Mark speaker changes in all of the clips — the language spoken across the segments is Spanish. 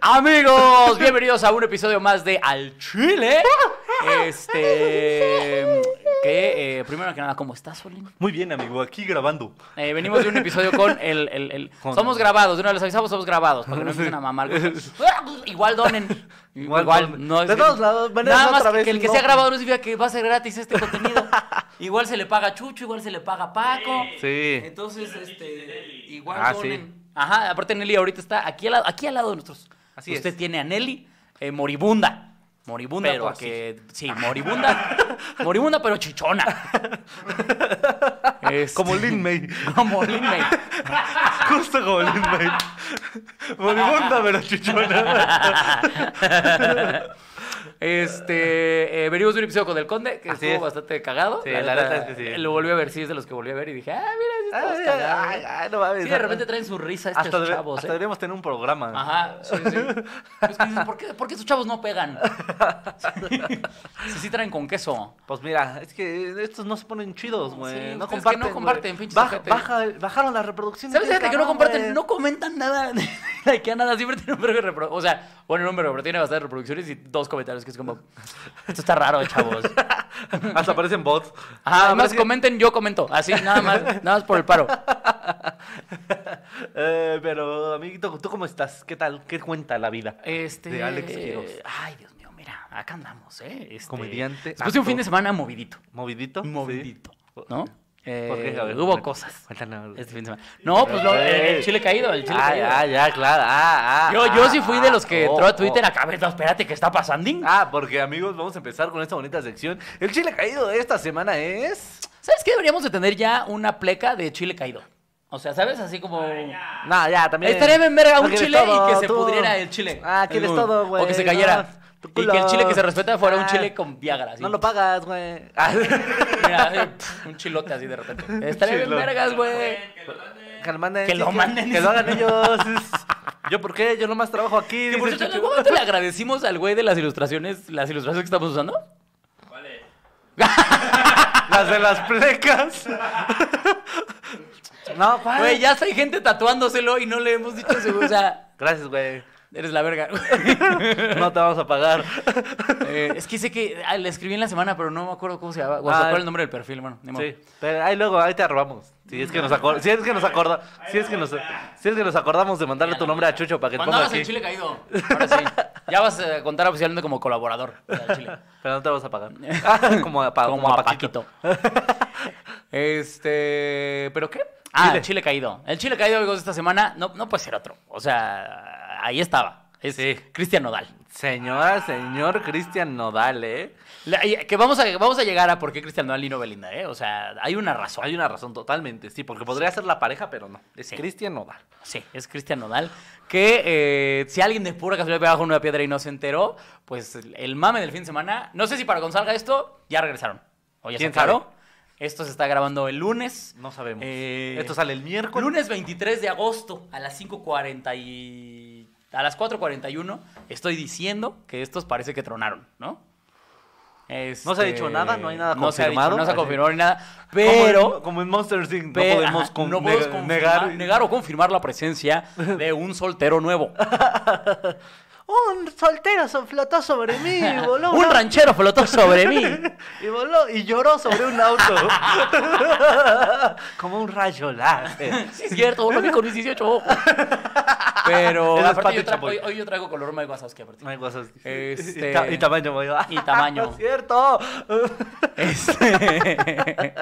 Speaker 1: Amigos, bienvenidos a un episodio más de Al Chile. Este. Que, eh, primero que nada, ¿cómo estás, Solín?
Speaker 2: Muy bien, amigo, aquí grabando.
Speaker 1: Eh, venimos de un episodio con el. el- el-
Speaker 2: Con-
Speaker 1: Somos grabados, de una vez les avisamos, somos grabados. Para que no empiecen a mamar. Igual donen. Igual,
Speaker 2: Igual donen.
Speaker 1: no es
Speaker 2: De
Speaker 1: que-
Speaker 2: todas las maneras,
Speaker 1: Nada más
Speaker 2: otra vez
Speaker 1: que el que
Speaker 2: no.
Speaker 1: sea grabado no significa que va a ser gratis este contenido. igual se le paga a Chucho, igual se le paga a Paco.
Speaker 2: Sí.
Speaker 1: Entonces, este, igual
Speaker 2: Ah,
Speaker 1: donen.
Speaker 2: sí.
Speaker 1: Ajá, aparte Nelly ahorita está aquí al lado, aquí al lado de nosotros.
Speaker 2: Así
Speaker 1: Usted
Speaker 2: es.
Speaker 1: tiene a Nelly eh, moribunda. Moribunda,
Speaker 2: Pero
Speaker 1: pero que. Sí, moribunda. moribunda, pero chichona. Este,
Speaker 2: Como Lin May.
Speaker 1: Como Lin May.
Speaker 2: Justo como Lin May. Moribunda, pero chichona.
Speaker 1: Este. eh, venimos de un episodio con el Conde, que
Speaker 2: Así
Speaker 1: estuvo
Speaker 2: es.
Speaker 1: bastante cagado.
Speaker 2: Sí, la neta es que sí.
Speaker 1: Lo volví a ver, sí, es de los que volví a ver y dije, ah, mira, sí, estamos
Speaker 2: Ay,
Speaker 1: cagados.
Speaker 2: ay, ay, no mames.
Speaker 1: Sí, de repente traen su risa estos
Speaker 2: hasta, debe-
Speaker 1: chavos.
Speaker 2: hasta
Speaker 1: ¿eh?
Speaker 2: deberíamos tener un programa.
Speaker 1: Ajá, sí, sí. Es que dices, ¿por qué, por qué esos chavos no pegan? Si sí traen con queso.
Speaker 2: Pues mira, es que estos no se ponen chidos,
Speaker 1: No,
Speaker 2: güey.
Speaker 1: sí,
Speaker 2: no
Speaker 1: ustedes que no
Speaker 2: comparten. güey.
Speaker 1: comparten, pinches
Speaker 2: Baja-
Speaker 1: ojetes.
Speaker 2: baja- bajaron las reproducciones.
Speaker 1: ¿Sabes?
Speaker 2: bien
Speaker 1: Fíjate que no
Speaker 2: cabrón,
Speaker 1: comparten,
Speaker 2: güey.
Speaker 1: no comentan nada. De que a nada, siempre tiene un número de reproducciones. O sea, bueno, un número, pero tiene bastantes reproducciones y dos comentarios que es como, esto está raro, chavos.
Speaker 2: Hasta aparecen bots.
Speaker 1: Ajá, además
Speaker 2: parece-
Speaker 1: comenten, yo comento. Así, nada más, nada más por el paro.
Speaker 2: Eh, pero, amiguito, ¿tú cómo estás? ¿Qué tal? ¿Qué cuenta la vida?
Speaker 1: Este...
Speaker 2: De Alex Quiroz.
Speaker 1: Ay, Dios mío, mira, acá andamos, ¿eh? Este,
Speaker 2: Comediante,
Speaker 1: Después de un
Speaker 2: actor.
Speaker 1: fin de semana movidito.
Speaker 2: ¿Movidito?
Speaker 1: Movidito,
Speaker 2: Sí. Oh.
Speaker 1: ¿no?
Speaker 2: ¿Por qué,
Speaker 1: Eh,
Speaker 2: Gabriel?
Speaker 1: hubo cosas.
Speaker 2: Cuéntanos.
Speaker 1: Este fin de semana. No, pues lo-
Speaker 2: Ey.
Speaker 1: el chile caído, el chile
Speaker 2: ah,
Speaker 1: caído.
Speaker 2: ya, ya, claro. Ah, ah,
Speaker 1: Yo, yo sí fui de los que
Speaker 2: ah,
Speaker 1: entró
Speaker 2: oh,
Speaker 1: a Twitter
Speaker 2: oh.
Speaker 1: acá, a ver, no, espérate, ¿qué está pasando?
Speaker 2: Ah, porque amigos, vamos a empezar con esta bonita sección. El chile caído de esta semana es.
Speaker 1: ¿Sabes qué? Deberíamos de tener ya una pleca de chile caído. O sea, ¿sabes? Así como...
Speaker 2: No, ya, también.
Speaker 1: Estaría bien verga
Speaker 2: No
Speaker 1: un
Speaker 2: quieres
Speaker 1: chile
Speaker 2: todo,
Speaker 1: y que se
Speaker 2: tú.
Speaker 1: pudriera el chile.
Speaker 2: Ah, quieres
Speaker 1: Eh,
Speaker 2: todo, güey.
Speaker 1: O que se cayera.
Speaker 2: No, tu
Speaker 1: y que el
Speaker 2: culo.
Speaker 1: chile que se respeta fuera un
Speaker 2: Ah,
Speaker 1: chile con Viagra. así.
Speaker 2: No lo pagas, güey. Ah,
Speaker 1: Mira, eh, pf, un chilote así de repente. Estaría bien
Speaker 2: chilote.
Speaker 1: vergas, güey.
Speaker 2: que lo manden.
Speaker 1: Que lo
Speaker 2: sí,
Speaker 1: manden.
Speaker 2: Que lo hagan ellos. Yo, ¿por qué? Yo nomás trabajo aquí.
Speaker 1: Que por
Speaker 2: dice
Speaker 1: cierto, ¿en
Speaker 2: Chucho.
Speaker 1: algún momento le agradecimos al güey de las ilustraciones, las ilustraciones que estamos usando?
Speaker 2: Las de las plecas. No, ¿cuál?
Speaker 1: Güey, ya está hay gente tatuándoselo y no le hemos dicho su... O sea,
Speaker 2: Gracias, güey.
Speaker 1: eres la verga.
Speaker 2: No te vamos a pagar.
Speaker 1: Eh, es que sé que ah, le escribí en la semana, pero no me acuerdo cómo se llama. O
Speaker 2: Ah,
Speaker 1: sea, cuál es el nombre del perfil, bueno. ni modo.
Speaker 2: Sí, pero ahí luego, ahí te arrobamos. Si es que nos acordamos, si es que nos acorda, si es que nos, si es que nos acordamos de mandarle tu nombre a Chucho para que te
Speaker 1: Cuando
Speaker 2: ponga
Speaker 1: hagas el
Speaker 2: aquí.
Speaker 1: chile caído. Ahora sí. Ya vas a contar oficialmente como colaborador del chile.
Speaker 2: Pero no te vas a pagar. Ah, como a, pa-
Speaker 1: como, a Paquito. este. ¿Pero qué? Ah,
Speaker 2: Chile.
Speaker 1: el chile caído. El chile caído, amigos, esta semana no, no puede ser otro. O sea, ahí estaba. Es
Speaker 2: Sí.
Speaker 1: Cristian Nodal.
Speaker 2: Señora, señor Cristian Nodal, ¿eh?
Speaker 1: La- y- que vamos a, vamos a llegar a por qué Cristian Nodal y no Belinda, ¿eh? O sea, hay una razón.
Speaker 2: Hay una razón totalmente, sí, porque podría ser la pareja, pero no. Es
Speaker 1: Sí.
Speaker 2: Cristian Nodal.
Speaker 1: Sí, es Cristian Nodal. Que eh, si alguien de pura casualidad pegaba con una piedra y no se enteró, pues el- el mame del fin de semana. No sé si para cuando salga esto, ya regresaron. O ya
Speaker 2: ¿Quién
Speaker 1: se aclaró. Esto se está grabando el lunes.
Speaker 2: No sabemos.
Speaker 1: Eh,
Speaker 2: Esto sale el miércoles.
Speaker 1: Lunes 23 de agosto a las 5.40 y... A las 4.41 estoy diciendo que estos parece que tronaron, ¿no?
Speaker 2: No se ha dicho
Speaker 1: Este,
Speaker 2: nada, no hay nada
Speaker 1: no se ha dicho,
Speaker 2: confirmado. Ah,
Speaker 1: no se ha
Speaker 2: Así.
Speaker 1: confirmado ni nada,
Speaker 2: Como en-
Speaker 1: pero...
Speaker 2: como en, Monster Inc.
Speaker 1: Pe-
Speaker 2: no podemos,
Speaker 1: ajá,
Speaker 2: con-
Speaker 1: no
Speaker 2: nega-
Speaker 1: podemos confirmar-
Speaker 2: negar,
Speaker 1: negar o confirmar la presencia de un soltero nuevo.
Speaker 2: Un soltero so- flotó sobre mí y voló.
Speaker 1: un ranchero flotó sobre mí.
Speaker 2: Y voló y lloró sobre un auto. Como un rayo láser.
Speaker 1: Sí, es cierto, voló con mis 18 ojos. Pero
Speaker 2: Eso es
Speaker 1: aparte
Speaker 2: Pati
Speaker 1: yo tra-
Speaker 2: Chapoy.
Speaker 1: hoy, hoy yo traigo color Mike Wazowski aparte.
Speaker 2: No hay cosas.
Speaker 1: Este-
Speaker 2: Y, ta- y tamaño, güey.
Speaker 1: Y tamaño.
Speaker 2: No es cierto.
Speaker 1: Este.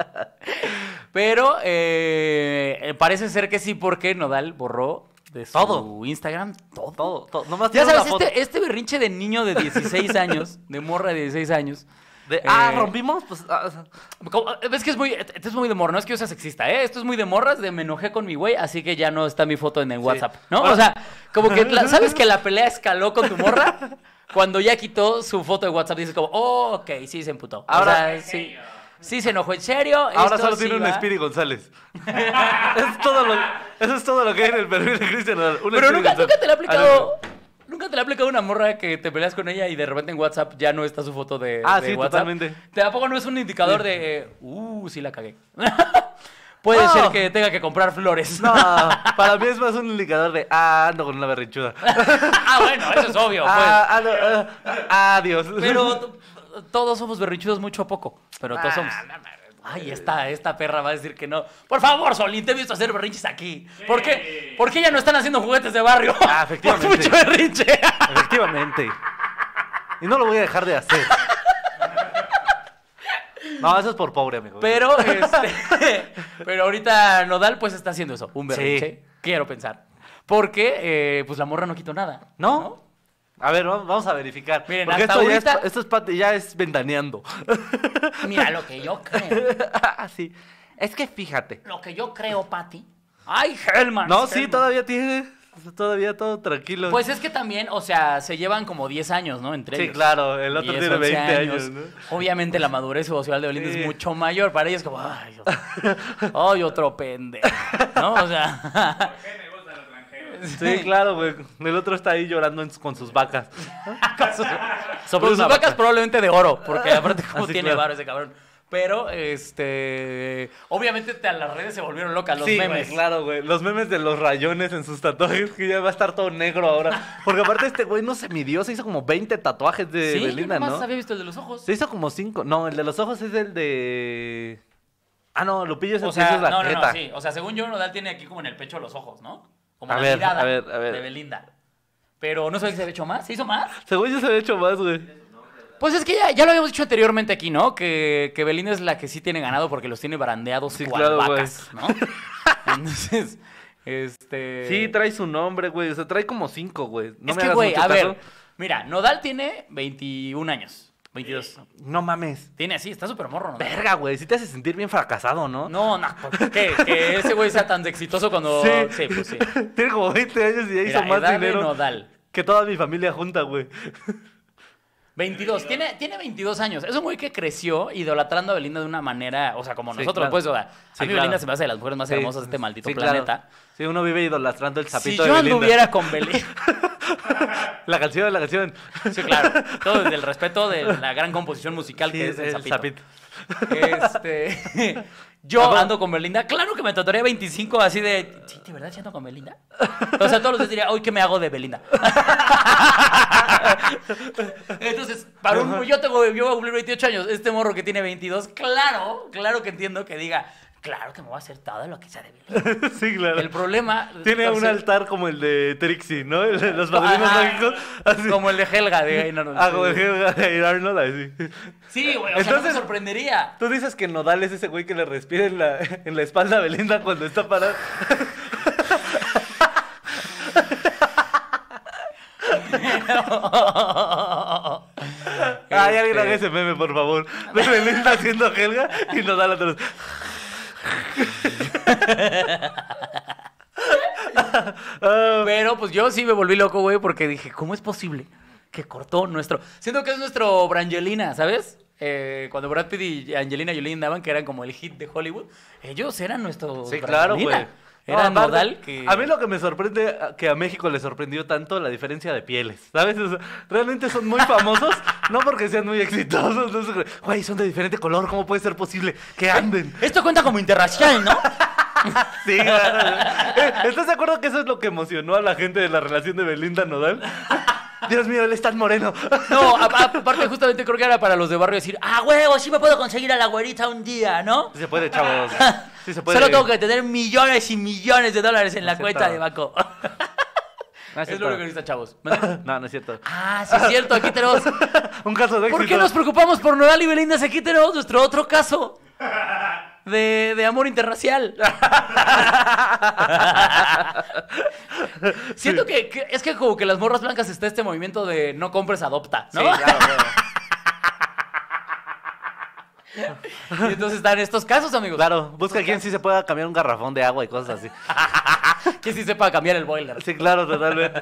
Speaker 1: Pero eh, parece ser que sí, porque Nodal borró de su
Speaker 2: Todo.
Speaker 1: Instagram todo.
Speaker 2: Todo, todo. Nomás
Speaker 1: Ya
Speaker 2: tiene
Speaker 1: sabes,
Speaker 2: una foto.
Speaker 1: este, este berrinche de niño de 16 años, de morra de 16 años.
Speaker 2: De, ah,
Speaker 1: eh,
Speaker 2: rompimos. Pues, ah,
Speaker 1: como- Es que es muy, esto es muy de morra, no es que yo sea sexista, ¿eh? Esto es muy de morras, de me enojé con mi güey, así que ya no está mi foto en el WhatsApp, ¿no? O sea, como que, la- ¿sabes que la pelea escaló con tu morra? cuando ya quitó su foto de WhatsApp, dices como, oh, ok, sí se emputó. Ahora
Speaker 2: Ahora-
Speaker 1: sí. Sí se enojó, en serio.
Speaker 2: Ahora
Speaker 1: esto
Speaker 2: solo
Speaker 1: sí
Speaker 2: tiene un
Speaker 1: va.
Speaker 2: Spirit González. eso, es todo lo, eso es todo lo que hay en el perfil de Cristian Nodal. un
Speaker 1: Pero
Speaker 2: Speedy
Speaker 1: nunca,
Speaker 2: González. Ah,
Speaker 1: nunca te lo ha
Speaker 2: Adentro.
Speaker 1: aplicado. Nunca te lo ha aplicado una morra que te peleas con ella y de repente en WhatsApp ya no está su foto de.
Speaker 2: Ah,
Speaker 1: de
Speaker 2: sí,
Speaker 1: WhatsApp.
Speaker 2: totalmente.
Speaker 1: ¿Te ¿A poco no es un indicador de. Uh, sí la cagué? Puede
Speaker 2: No.
Speaker 1: ser que tenga que comprar flores.
Speaker 2: No, para mí es más un indicador de, ah, ando con una berrinchuda.
Speaker 1: ah, bueno, eso es obvio. pues.
Speaker 2: ah, ando, ah, ah, adiós.
Speaker 1: Pero t- todos somos berrinchudos mucho a poco. Pero
Speaker 2: Ah,
Speaker 1: todos somos. Ay, esta, esta perra va a decir que no. Por favor, Solín, te he visto hacer berrinches aquí. ¿Por qué? ¿Por qué ya no están haciendo juguetes de barrio?
Speaker 2: Ah, efectivamente.
Speaker 1: Por mucho berrinche.
Speaker 2: Efectivamente. Y no lo voy a dejar de hacer. No, eso es por pobre, amigo.
Speaker 1: Pero, este, pero ahorita Nodal pues está haciendo eso, un berrinche,
Speaker 2: Sí.
Speaker 1: quiero pensar. Porque eh, pues la morra no quitó nada.
Speaker 2: ¿No? A ver, vamos- vamos a verificar.
Speaker 1: Miren,
Speaker 2: Porque
Speaker 1: hasta
Speaker 2: esto, ya, es,
Speaker 1: ahorita-
Speaker 2: esto es pat- ya es ventaneando.
Speaker 1: Mira lo que yo creo.
Speaker 2: Ah, sí. Es que fíjate.
Speaker 1: Lo que yo creo, Pati. Ay, Hellman.
Speaker 2: No, sí,
Speaker 1: Hellman.
Speaker 2: todavía tiene. Todavía todo tranquilo.
Speaker 1: Ah, Pues es que también, o sea, se llevan como 10 años, ¿no? Entre
Speaker 2: Sí,
Speaker 1: ellos.
Speaker 2: claro, el otro tiene
Speaker 1: 11
Speaker 2: 20 años, ¿no?
Speaker 1: Obviamente la madurez social de Olinda
Speaker 2: Sí.
Speaker 1: es mucho mayor. Para ellos como, ay, otro, ay, otro pendejo. ¿No? O sea...
Speaker 2: Sí, claro, güey. El otro está ahí llorando en- con sus vacas.
Speaker 1: con sus,
Speaker 2: Sobre
Speaker 1: con sus
Speaker 2: una
Speaker 1: vacas
Speaker 2: vaca.
Speaker 1: probablemente de oro, porque aparte como
Speaker 2: Así,
Speaker 1: tiene
Speaker 2: claro.
Speaker 1: varo ese cabrón. Pero, este... Obviamente te- a las redes se volvieron locas los
Speaker 2: sí, güey,
Speaker 1: memes.
Speaker 2: claro, güey. Los memes de los rayones en sus tatuajes, que ya va a estar todo negro ahora. Porque aparte este güey no se midió, se hizo como 20 tatuajes de
Speaker 1: sí,
Speaker 2: Belinda,
Speaker 1: yo nomás
Speaker 2: ¿no?
Speaker 1: había visto el de los ojos.
Speaker 2: Se hizo como 5. No, el de los ojos es el de... Ah, no, Lupillo es el
Speaker 1: o
Speaker 2: que
Speaker 1: sea,
Speaker 2: hizo la
Speaker 1: no, no, no,
Speaker 2: jeta.
Speaker 1: sí. O sea, según yo, Nodal tiene aquí como en el pecho los ojos, ¿no? Como
Speaker 2: A
Speaker 1: la
Speaker 2: ver,
Speaker 1: mirada
Speaker 2: a ver, a ver.
Speaker 1: de Belinda. Pero no sé si se había hecho más. ¿Se hizo más?
Speaker 2: Según yo se había hecho más, güey.
Speaker 1: Pues es que ya, ya lo habíamos dicho anteriormente aquí, ¿no? Que, que Belinda es la que sí tiene ganado porque los tiene barandeados
Speaker 2: Sí,
Speaker 1: cual
Speaker 2: claro,
Speaker 1: vacas, ¿no? Entonces, este...
Speaker 2: Sí, trae su nombre, güey. O sea, trae como 5, güey. No me
Speaker 1: es que,
Speaker 2: hagas
Speaker 1: güey,
Speaker 2: mucho
Speaker 1: a
Speaker 2: caso.
Speaker 1: ver, mira, Nodal tiene 21 años, 22.
Speaker 2: No mames.
Speaker 1: Tiene así, está súper morro, Nodal.
Speaker 2: Eh. Verga, güey. Sí te hace sentir bien fracasado, ¿no?
Speaker 1: No, no, ¿por ¿qué? Que ese güey sea tan exitoso cuando... Sí, pues sí.
Speaker 2: Tiene como 20 años y ya hizo
Speaker 1: Mira,
Speaker 2: más
Speaker 1: edad de
Speaker 2: dinero
Speaker 1: Nodal.
Speaker 2: que toda mi familia junta, güey.
Speaker 1: 22, tiene, tiene 22 años. Es un güey que creció idolatrando a Belinda de una manera, o sea, como
Speaker 2: Sí,
Speaker 1: nosotros,
Speaker 2: claro.
Speaker 1: pues, o sea, a
Speaker 2: Sí,
Speaker 1: mí
Speaker 2: claro.
Speaker 1: Belinda se me hace de las mujeres más
Speaker 2: Sí,
Speaker 1: hermosas de este maldito
Speaker 2: sí, claro.
Speaker 1: planeta.
Speaker 2: Sí, uno vive idolatrando el
Speaker 1: Si
Speaker 2: sapito de
Speaker 1: yo
Speaker 2: Belinda.
Speaker 1: anduviera con Belinda,
Speaker 2: La canción, la canción.
Speaker 1: sí, claro, todo desde el respeto de la gran composición musical
Speaker 2: Sí,
Speaker 1: que es el, sapito.
Speaker 2: sapito.
Speaker 1: Este, yo
Speaker 2: Ajá.
Speaker 1: ando con Belinda, claro que me trataría 25 así de, sí, de verdad sí ando con Belinda. O sea, todos los días diría, hoy que me hago de Belinda. Entonces, para un yo tengo yo voy a cumplir 28 años, este morro que tiene 22, claro, claro que entiendo que diga, claro que me voy a hacer todo lo que sea de Belinda.
Speaker 2: sí, claro.
Speaker 1: El problema
Speaker 2: Tiene un
Speaker 1: entonces,
Speaker 2: altar como el de Trixie, ¿no? El de Los padrinos
Speaker 1: Ajá.
Speaker 2: mágicos. Así.
Speaker 1: como el de Helga de Ay, no, no,
Speaker 2: Ah, como
Speaker 1: sí.
Speaker 2: el de Arnold, así.
Speaker 1: Sí, güey, o sea, no me
Speaker 2: Entonces-
Speaker 1: sorprendería.
Speaker 2: Tú dices que Nodal es ese güey que le respira en la, en la espalda a Belinda cuando está parado. Ay, alguien haga ese meme, por favor. De Belinda haciendo Helga y Nodal atrás.
Speaker 1: Pero pues yo sí me volví loco, güey, porque dije, ¿cómo es posible que cortó nuestro. Siento que es nuestro Brangelina, ¿sabes? Eh, cuando Brad Pitt y Angelina Jolie andaban, que eran como el hit de Hollywood, ellos eran nuestro.
Speaker 2: Sí, claro, güey.
Speaker 1: Brangelina. Era
Speaker 2: No, aparte,
Speaker 1: modal que.
Speaker 2: A mí lo que me sorprende a- que a México le sorprendió tanto la diferencia de pieles, ¿sabes? O sea, realmente son muy famosos, no porque sean muy exitosos. no sé, Güey, son de diferente color, ¿cómo puede ser posible que anden?
Speaker 1: Esto cuenta como interracial, ¿no?
Speaker 2: Sí, claro. Eh, ¿Estás de acuerdo que eso es lo que emocionó a la gente de la relación de Belinda Nodal? Dios mío, él es tan moreno.
Speaker 1: No, a- a- aparte justamente creo que era para los de barrio decir, ah, huevo, sí me puedo conseguir a la güerita un día, ¿no?
Speaker 2: Sí se puede, chavos. Sí se puede.
Speaker 1: Solo tengo que tener millones y millones de dólares en la
Speaker 2: Aceptado.
Speaker 1: cuenta de banco.
Speaker 2: No, es
Speaker 1: Es
Speaker 2: cierto.
Speaker 1: lo único que necesita, chavos. ¿Mande?
Speaker 2: no, no es cierto.
Speaker 1: Ah, sí es cierto, aquí tenemos...
Speaker 2: Un caso de éxito.
Speaker 1: ¿Por qué nos preocupamos por Nodal y Belinda? Si Aquí tenemos nuestro otro caso de, de amor interracial. Siento que, que- es que como que las morras blancas está este movimiento de no compres, adopta, ¿no?
Speaker 2: Sí, claro, claro.
Speaker 1: Y entonces están estos casos, amigos.
Speaker 2: Claro, busca a quien sí se pueda cambiar un garrafón de agua y cosas así.
Speaker 1: que sí sepa cambiar el boiler.
Speaker 2: Sí, claro, totalmente.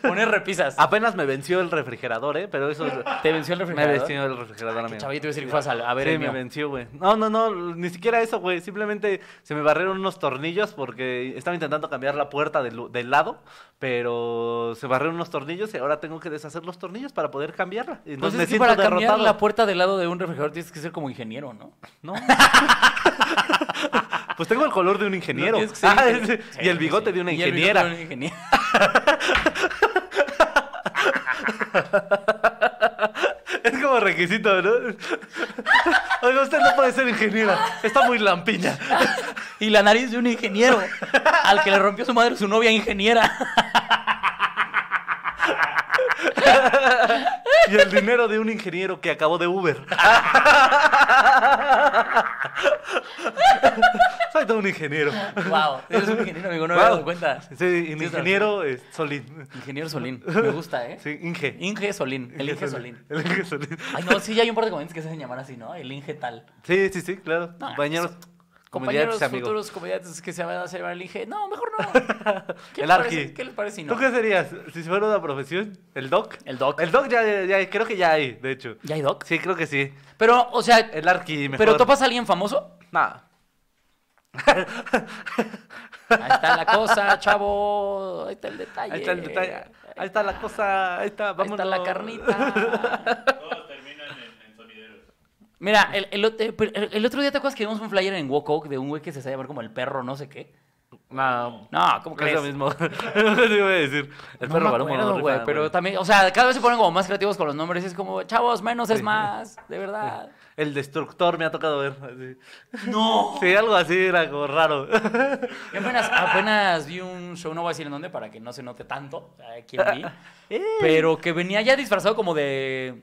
Speaker 1: Poner repisas.
Speaker 2: Apenas me venció el refrigerador, ¿eh? Pero eso.
Speaker 1: ¿Te venció el
Speaker 2: Me Ah,
Speaker 1: refrigerador?
Speaker 2: venció el refrigerador,
Speaker 1: Qué
Speaker 2: amigo.
Speaker 1: Chavito, iba a decir que fueras a, a ver
Speaker 2: sí,
Speaker 1: el
Speaker 2: me
Speaker 1: mío.
Speaker 2: venció, güey. No, no, no, ni siquiera eso, güey. Simplemente se me barrieron unos tornillos porque estaba intentando cambiar la puerta del, lu- del lado, pero se barrieron unos tornillos y ahora tengo que deshacer los tornillos para poder cambiarla. Y
Speaker 1: Pues
Speaker 2: Entonces me
Speaker 1: es que
Speaker 2: siento
Speaker 1: para cambiar
Speaker 2: derrotado.
Speaker 1: la puerta del lado de un refrigerador tienes que ser como ingeniero, ¿no?
Speaker 2: No. pues tengo el color de un ingeniero.
Speaker 1: Tienes que ser
Speaker 2: Ah,
Speaker 1: ingeniero.
Speaker 2: ese- y el
Speaker 1: Sí,
Speaker 2: bigote
Speaker 1: sí.
Speaker 2: de una
Speaker 1: Y el bigote
Speaker 2: ingeniera.
Speaker 1: de una ingeniera.
Speaker 2: Es como requisito, ¿no? Oiga, usted no puede ser ingeniera. Está muy lampiña.
Speaker 1: Y la nariz de un ingeniero. al que le rompió su madre su novia ingeniera.
Speaker 2: Y el dinero de un ingeniero que acabó de Uber. Soy todo un ingeniero.
Speaker 1: Wow, eres un ingeniero, amigo, no me
Speaker 2: Wow.
Speaker 1: había dado cuenta.
Speaker 2: Sí, un
Speaker 1: Sí,
Speaker 2: ingeniero eh, Solín.
Speaker 1: Ingeniero Solín, me gusta, ¿eh?
Speaker 2: Sí, Inge.
Speaker 1: Inge Solín, el Inge Solín.
Speaker 2: El Inge Solín.
Speaker 1: Ay, no, sí, ya hay un par de comediantes que se hacen llamar así, ¿no? El Inge tal.
Speaker 2: Sí, sí, sí, claro.
Speaker 1: No,
Speaker 2: compañeros,
Speaker 1: Compañeros
Speaker 2: comediantes, amigos.
Speaker 1: futuros comediantes que se van a hacer llamar el Inge. No, mejor no. ¿Qué
Speaker 2: El
Speaker 1: les
Speaker 2: Arqui.
Speaker 1: parece- ¿Qué les parece si no?
Speaker 2: ¿Tú qué serías? Si fuera una profesión, ¿el doc?
Speaker 1: El doc.
Speaker 2: El doc ya, ya- creo que ya hay, de hecho.
Speaker 1: ¿Ya hay doc?
Speaker 2: Sí, creo que sí.
Speaker 1: Pero, o sea,
Speaker 2: El arqui mejor.
Speaker 1: ¿pero topas a alguien famoso?
Speaker 2: Nada.
Speaker 1: Ahí está la cosa, chavo. Ahí está el detalle.
Speaker 2: Ahí está el detalle. Ahí está la cosa. Ahí está,
Speaker 1: Ahí
Speaker 2: vamos.
Speaker 1: está la carnita.
Speaker 3: Todos terminan en, en sonideros.
Speaker 1: Mira, el, el, ot- eh, pero el- el otro día te acuerdas que vimos un flyer en Wokoke de un güey que se sabe llamar como el perro, no sé qué.
Speaker 2: No,
Speaker 1: No, ¿cómo
Speaker 2: es
Speaker 1: crees?
Speaker 2: lo mismo. Eso iba a decir. El
Speaker 1: No
Speaker 2: perro
Speaker 1: me
Speaker 2: Baluma
Speaker 1: acuerdo,
Speaker 2: no
Speaker 1: güey,
Speaker 2: rifa,
Speaker 1: pero
Speaker 2: güey.
Speaker 1: también, o sea, cada vez se ponen como más creativos con los nombres. Es como, chavos, menos es más, de verdad.
Speaker 2: El destructor me ha tocado ver. así.
Speaker 1: No.
Speaker 2: Sí, algo así era como raro.
Speaker 1: Yo apenas, apenas vi un show, no voy a decir en dónde para que no se note tanto a quién vi, pero que venía ya disfrazado como de,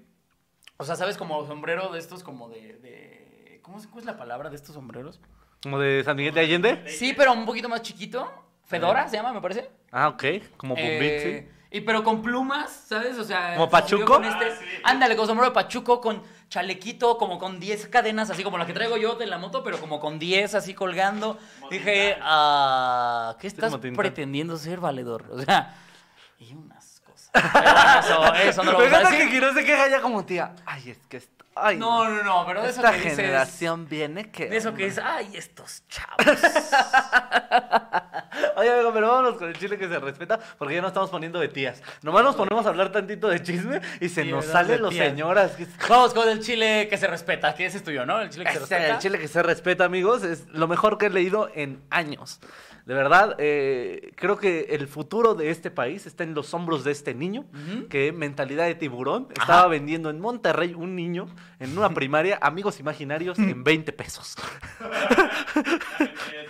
Speaker 1: o sea, ¿sabes? Como sombrero de estos, como de, de- ¿cómo se- cuál es la palabra de estos sombreros?
Speaker 2: Como de San Miguel de Allende.
Speaker 1: Sí, pero un poquito más chiquito. Fedora se llama, me parece.
Speaker 2: Ah, ok. Como Bumbit, sí.
Speaker 1: Eh, Y pero con plumas, ¿sabes? O sea,
Speaker 2: ¿Como
Speaker 1: se subió
Speaker 2: pachuco?
Speaker 1: con este-
Speaker 3: Ah, sí.
Speaker 1: Ándale, con sombrero de pachuco, con chalequito, como con 10 cadenas, así como la que traigo yo de la moto, pero como con 10 así colgando. Dije, ah, ¿qué estás
Speaker 2: como Tintán.
Speaker 1: pretendiendo ser valedor? O sea, y unas cosas. Pero bueno, eso, eso no lo
Speaker 2: Me
Speaker 1: vamos a
Speaker 2: encanta
Speaker 1: decir.
Speaker 2: que Quirón se queja ya como tía. Ay, es que esto. Ay,
Speaker 1: No, no, no, pero de eso
Speaker 2: Esta
Speaker 1: que dices-
Speaker 2: generación viene que.
Speaker 1: De eso que es, ay, estos chavos.
Speaker 2: Oye, amigo, pero vámonos con el chile que se respeta, porque ya no estamos poniendo de tías. Nomás nos ponemos a hablar tantito de chisme y se
Speaker 1: Sí,
Speaker 2: nos
Speaker 1: ¿verdad?
Speaker 2: salen
Speaker 1: De
Speaker 2: los
Speaker 1: tías.
Speaker 2: señoras. que es-
Speaker 1: Vamos con el chile que se respeta, que ese es tuyo, ¿no? El chile que se
Speaker 2: Este,
Speaker 1: respeta.
Speaker 2: el chile que se respeta, amigos, es lo mejor que he leído en años. De verdad, eh, creo que el futuro de este país está en los hombros de este niño, que mentalidad de tiburón estaba vendiendo en Monterrey un niño en una primaria amigos imaginarios
Speaker 1: Mm.
Speaker 2: en 20 pesos.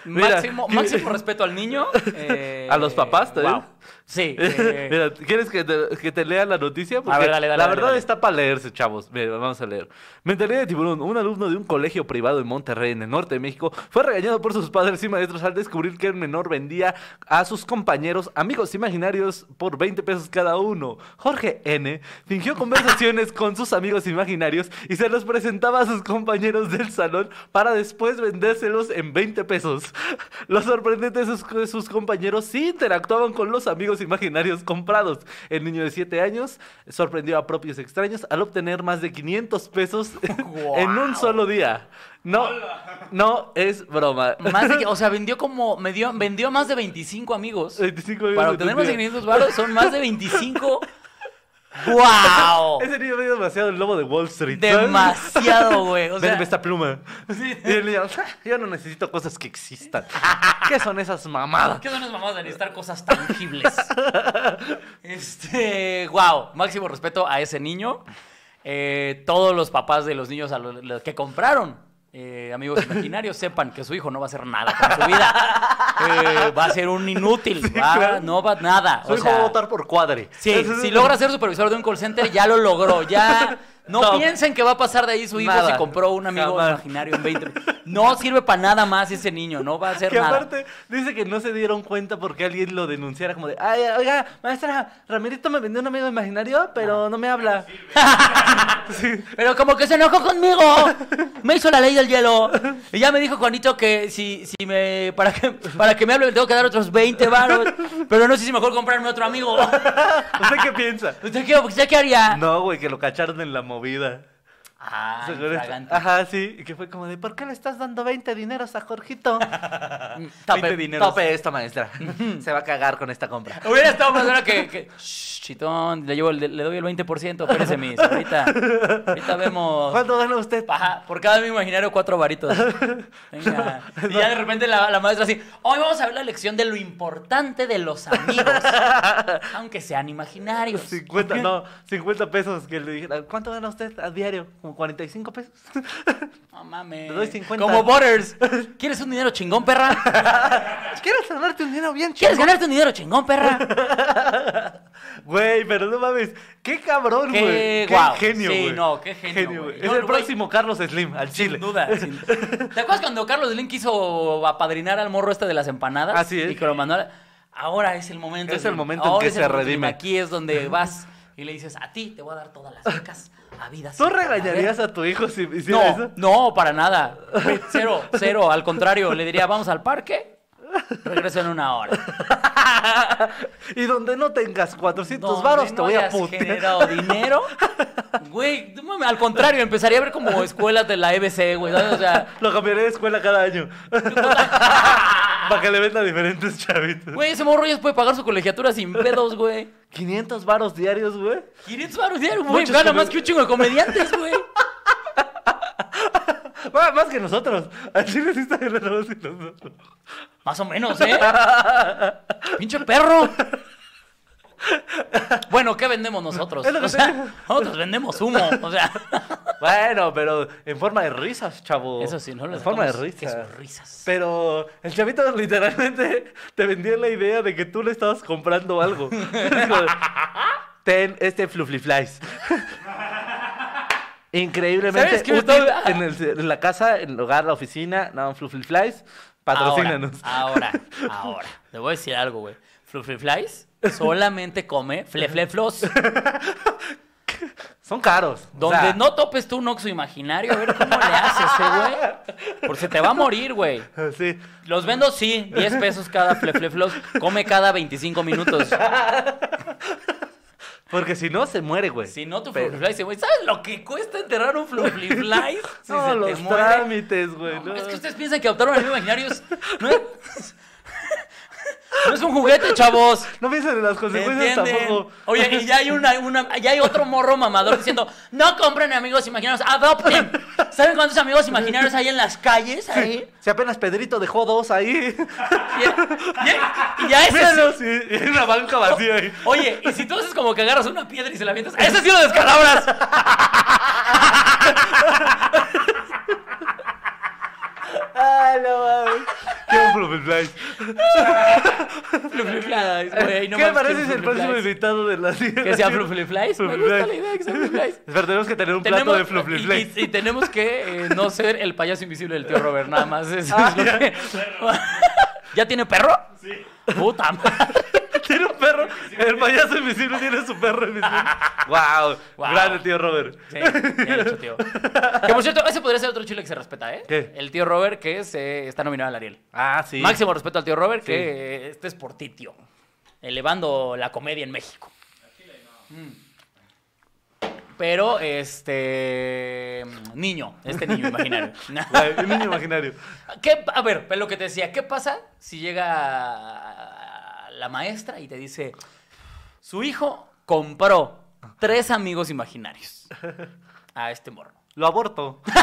Speaker 2: Mira,
Speaker 1: máximo,
Speaker 2: ¿qué-
Speaker 1: máximo respeto al niño. eh,
Speaker 2: A los papás, ¿te
Speaker 1: guau.
Speaker 2: ves?
Speaker 1: Sí. eh,
Speaker 2: Mira, ¿quieres que te, que te lea la noticia? Porque
Speaker 1: ver, dale, dale,
Speaker 2: la
Speaker 1: dale,
Speaker 2: verdad
Speaker 1: dale.
Speaker 2: está para leerse, chavos. Mira, vamos a leer. Mentalidad de tiburón. Un alumno de un colegio privado en Monterrey, en el norte de México, fue regañado por sus padres y maestros al descubrir que el menor vendía a sus compañeros amigos imaginarios por 20 pesos cada uno. Jorge N. fingió conversaciones con sus amigos imaginarios y se los presentaba a sus compañeros del salón para después vendérselos en 20 pesos. Lo sorprendente es que sus compañeros sí interactuaban con los amigos imaginarios comprados. El niño de 7 años sorprendió a propios extraños al obtener más de 500 pesos en un
Speaker 1: Guau.
Speaker 2: solo día. No, no es broma.
Speaker 1: más de que- o sea, vendió como. me dio- vendió más de 25 amigos.
Speaker 2: 25
Speaker 1: Para
Speaker 2: minutos,
Speaker 1: obtener más de
Speaker 2: tío.
Speaker 1: 500 baros son más de 25. ¡Wow!
Speaker 2: Ese niño me dio demasiado el lobo de Wall Street. ¿sabes?
Speaker 1: Demasiado, güey. O
Speaker 2: Ven,
Speaker 1: sea,
Speaker 2: ve esta pluma. Y el niño, yo no necesito cosas que existan. ¿Qué son esas mamadas?
Speaker 1: ¿Qué son las mamás de necesitar cosas tangibles? Este, wow, máximo respeto a ese niño. Eh, todos los papás de los niños a los, los que compraron eh, amigos imaginarios sepan que su hijo no va a hacer nada con su vida. Eh, va a ser un inútil, va-
Speaker 2: claro.
Speaker 1: no va nada.
Speaker 2: Su
Speaker 1: o
Speaker 2: hijo va a
Speaker 1: sea,
Speaker 2: votar por cuadre.
Speaker 1: Sí,
Speaker 2: Ese es
Speaker 1: si
Speaker 2: el-
Speaker 1: logra ser supervisor de un call center, ya lo logró. Ya No
Speaker 2: No.
Speaker 1: piensen que va a pasar de ahí su hijo
Speaker 2: Nada.
Speaker 1: si compró un amigo
Speaker 2: Jamás.
Speaker 1: imaginario en 20. No sirve para nada más ese niño, no va a hacer
Speaker 2: Que
Speaker 1: nada.
Speaker 2: aparte dice que no se dieron cuenta porque alguien lo denunciara como de, ay, oiga, maestra, Ramirito me vendió un amigo imaginario, pero no me habla. Sí.
Speaker 1: Pero como que se enojó conmigo. Me hizo la ley del hielo. Y ya me dijo Juanito que si, si me. Para que, para que me hable, le tengo que dar otros 20 baros. Pero no sé si mejor comprarme otro amigo.
Speaker 2: ¿Usted qué piensa?
Speaker 1: ¿Usted qué, usted qué haría?
Speaker 2: No, güey, que lo cacharon en la movida.
Speaker 1: Ah,
Speaker 2: Seguro-
Speaker 1: infragante.
Speaker 2: Ajá, sí. Y que fue como de, ¿por qué le estás dando 20 dineros a Jorgito?
Speaker 1: Tope, tope.
Speaker 2: esto, maestra. Se va a cagar con esta compra.
Speaker 1: Hubiera estado más bueno que. que "Shh, chitón, le, llevo el- le doy el 20%. Espérese, mis. Ahorita, ahorita vemos.
Speaker 2: ¿Cuánto gana usted?
Speaker 1: Ajá, por cada amigo imaginario cuatro varitos. Venga. Y ya de repente la, la maestra así, hoy vamos a ver la lección de lo importante de los amigos, aunque sean imaginarios.
Speaker 2: 50, no, 50 pesos que le dijera. ¿Cuánto gana usted a diario? ¿Como 45 pesos?
Speaker 1: No mames.
Speaker 2: Te doy 50.
Speaker 1: Como Butters. ¿Quieres un dinero chingón, perra?
Speaker 2: ¿Quieres ganarte un dinero bien chido?
Speaker 1: ¿Quieres ganarte un dinero chingón, perra?
Speaker 2: Güey, pero no mames. Qué cabrón,
Speaker 1: Qué
Speaker 2: güey. Qué,
Speaker 1: guau.
Speaker 2: genio,
Speaker 1: Sí,
Speaker 2: güey.
Speaker 1: no, qué genio, güey.
Speaker 2: Es
Speaker 1: No,
Speaker 2: el
Speaker 1: güey.
Speaker 2: próximo Carlos Slim al Chile.
Speaker 1: Sin duda. sin- ¿Te acuerdas cuando Carlos Slim quiso apadrinar al morro este de las empanadas?
Speaker 2: Así es.
Speaker 1: Y que lo mandó a la- Ahora es el momento.
Speaker 2: Es
Speaker 1: Slim.
Speaker 2: el momento en
Speaker 1: Ahora
Speaker 2: que
Speaker 1: es el
Speaker 2: se
Speaker 1: momento, Slim.
Speaker 2: redime.
Speaker 1: Aquí es donde vas y le dices, a ti te voy a dar todas las becas habidas. y
Speaker 2: ¿Tú
Speaker 1: por haber".
Speaker 2: regañarías a tu hijo si hiciera
Speaker 1: No,
Speaker 2: eso?
Speaker 1: no, para nada. Cero, cero. Al contrario, le diría, vamos al parque. Regreso en una hora.
Speaker 2: y donde no tengas 400
Speaker 1: Donde
Speaker 2: varos, te
Speaker 1: no
Speaker 2: voy a
Speaker 1: hayas
Speaker 2: putear.
Speaker 1: generado dinero? Güey, no mames, al contrario, empezaría a ver como escuelas de la EBC, güey. ¿sabes? O sea,
Speaker 2: Lo cambiaré de escuela cada año. Para que le venda a diferentes chavitos.
Speaker 1: güey, ese morro ya puede pagar su colegiatura sin pedos, güey.
Speaker 2: 500 varos diarios, güey.
Speaker 1: 500 baros diarios, güey.
Speaker 2: Muchos
Speaker 1: Gana
Speaker 2: come-
Speaker 1: más que un chingo de comediantes, güey.
Speaker 2: Ah, más que nosotros. Al chile sí está ganando más que nosotros.
Speaker 1: Más o menos, ¿eh? Pinche perro. Bueno, ¿qué vendemos nosotros?
Speaker 2: Es lo que
Speaker 1: O sea,
Speaker 2: te digo.
Speaker 1: nosotros vendemos humo. O sea,
Speaker 2: Bueno, pero en forma de risas, chavo.
Speaker 1: Eso sí, no lo
Speaker 2: En forma de
Speaker 1: sacamos, que
Speaker 2: risas.
Speaker 1: son risas.
Speaker 2: Pero el chavito literalmente te vendía la idea de que tú le estabas comprando algo. Dijo, Ten este Flufliflies. Increíblemente
Speaker 1: ¿Sabes qué me
Speaker 2: útil
Speaker 1: estaba-
Speaker 2: en, el- en la casa, en el hogar, la oficina, no, Flufliflies, patrocínanos.
Speaker 1: Ahora, ahora, ahora. Te voy a decir algo, güey. Fluffy Flies solamente come flefleflos.
Speaker 2: Son caros. o
Speaker 1: Donde
Speaker 2: sea,
Speaker 1: no topes tú un oxo imaginario, a ver cómo le haces, eh, güey. Porque se te va a morir, güey.
Speaker 2: Sí.
Speaker 1: Los vendo, sí, 10 pesos cada flefleflos. Come cada 25 minutos.
Speaker 2: Porque si no, se muere, güey.
Speaker 1: Si no, tu
Speaker 2: Pero-
Speaker 1: Fluffy Flies se muere. ¿Sabes lo que cuesta enterrar un Fluffy Flies? Si
Speaker 2: No,
Speaker 1: se te
Speaker 2: los
Speaker 1: muere.
Speaker 2: trámites, güey.
Speaker 1: No,
Speaker 2: no.
Speaker 1: Es que ustedes piensan que adoptar un amigo imaginario es... No es, no es un juguete, chavos.
Speaker 2: No piensen en las
Speaker 1: ¿Me
Speaker 2: consecuencias
Speaker 1: entienden?
Speaker 2: tampoco.
Speaker 1: Oye, y ya hay una, una- ya hay otro morro mamador diciendo, no compren amigos imaginarios, adopten. ¿Saben cuántos amigos imaginarios hay en las calles? Ahí?
Speaker 2: Si apenas Pedrito dejó dos ahí.
Speaker 1: Y, y- y ya ese Oh, sí-
Speaker 2: Míralos, y, y en una banca vacía ahí.
Speaker 1: Oye, y si tú haces como que agarras una piedra y se la avientas, ¡ese sí lo descalabras! oh.
Speaker 2: Ah, no mames. Qué un Flufliflies.
Speaker 1: Flufliflies, güey, no
Speaker 2: ¿Qué
Speaker 1: mames,
Speaker 2: parece el próximo
Speaker 1: flufliflies.
Speaker 2: invitado de la sierra?
Speaker 1: Que sea Flufliflies, me gusta la idea de que sea Flufliflies.
Speaker 2: Espera, tenemos que tener un plato de Flufliflies.
Speaker 1: y, y- y tenemos que eh, no ser el payaso invisible del tío Robert, nada más. Eso
Speaker 2: Ah,
Speaker 1: es lo que- ¿Ya tiene perro? Sí. Puta madre.
Speaker 2: Tiene un perro. El payaso invisible tiene su perro invisible. wow.
Speaker 1: Wow.
Speaker 2: Grande, tío Robert.
Speaker 1: Sí, de hecho, tío. Que por cierto, ese podría ser otro chile que se respeta, ¿eh?
Speaker 2: ¿Qué?
Speaker 1: El tío Robert, que es, eh, está nominado al Ariel.
Speaker 2: Ah, sí.
Speaker 1: Máximo respeto al tío Robert,
Speaker 2: Sí.
Speaker 1: que eh, este es por ti, tío. Elevando la comedia en México. Mm. Pero, este. Niño, este niño imaginario.
Speaker 2: Güey, Un niño imaginario.
Speaker 1: ¿Qué, a ver, pues lo que te decía, ¿qué pasa si llega la maestra y te dice, su hijo compró tres amigos imaginarios a este morro?
Speaker 2: Lo aborto.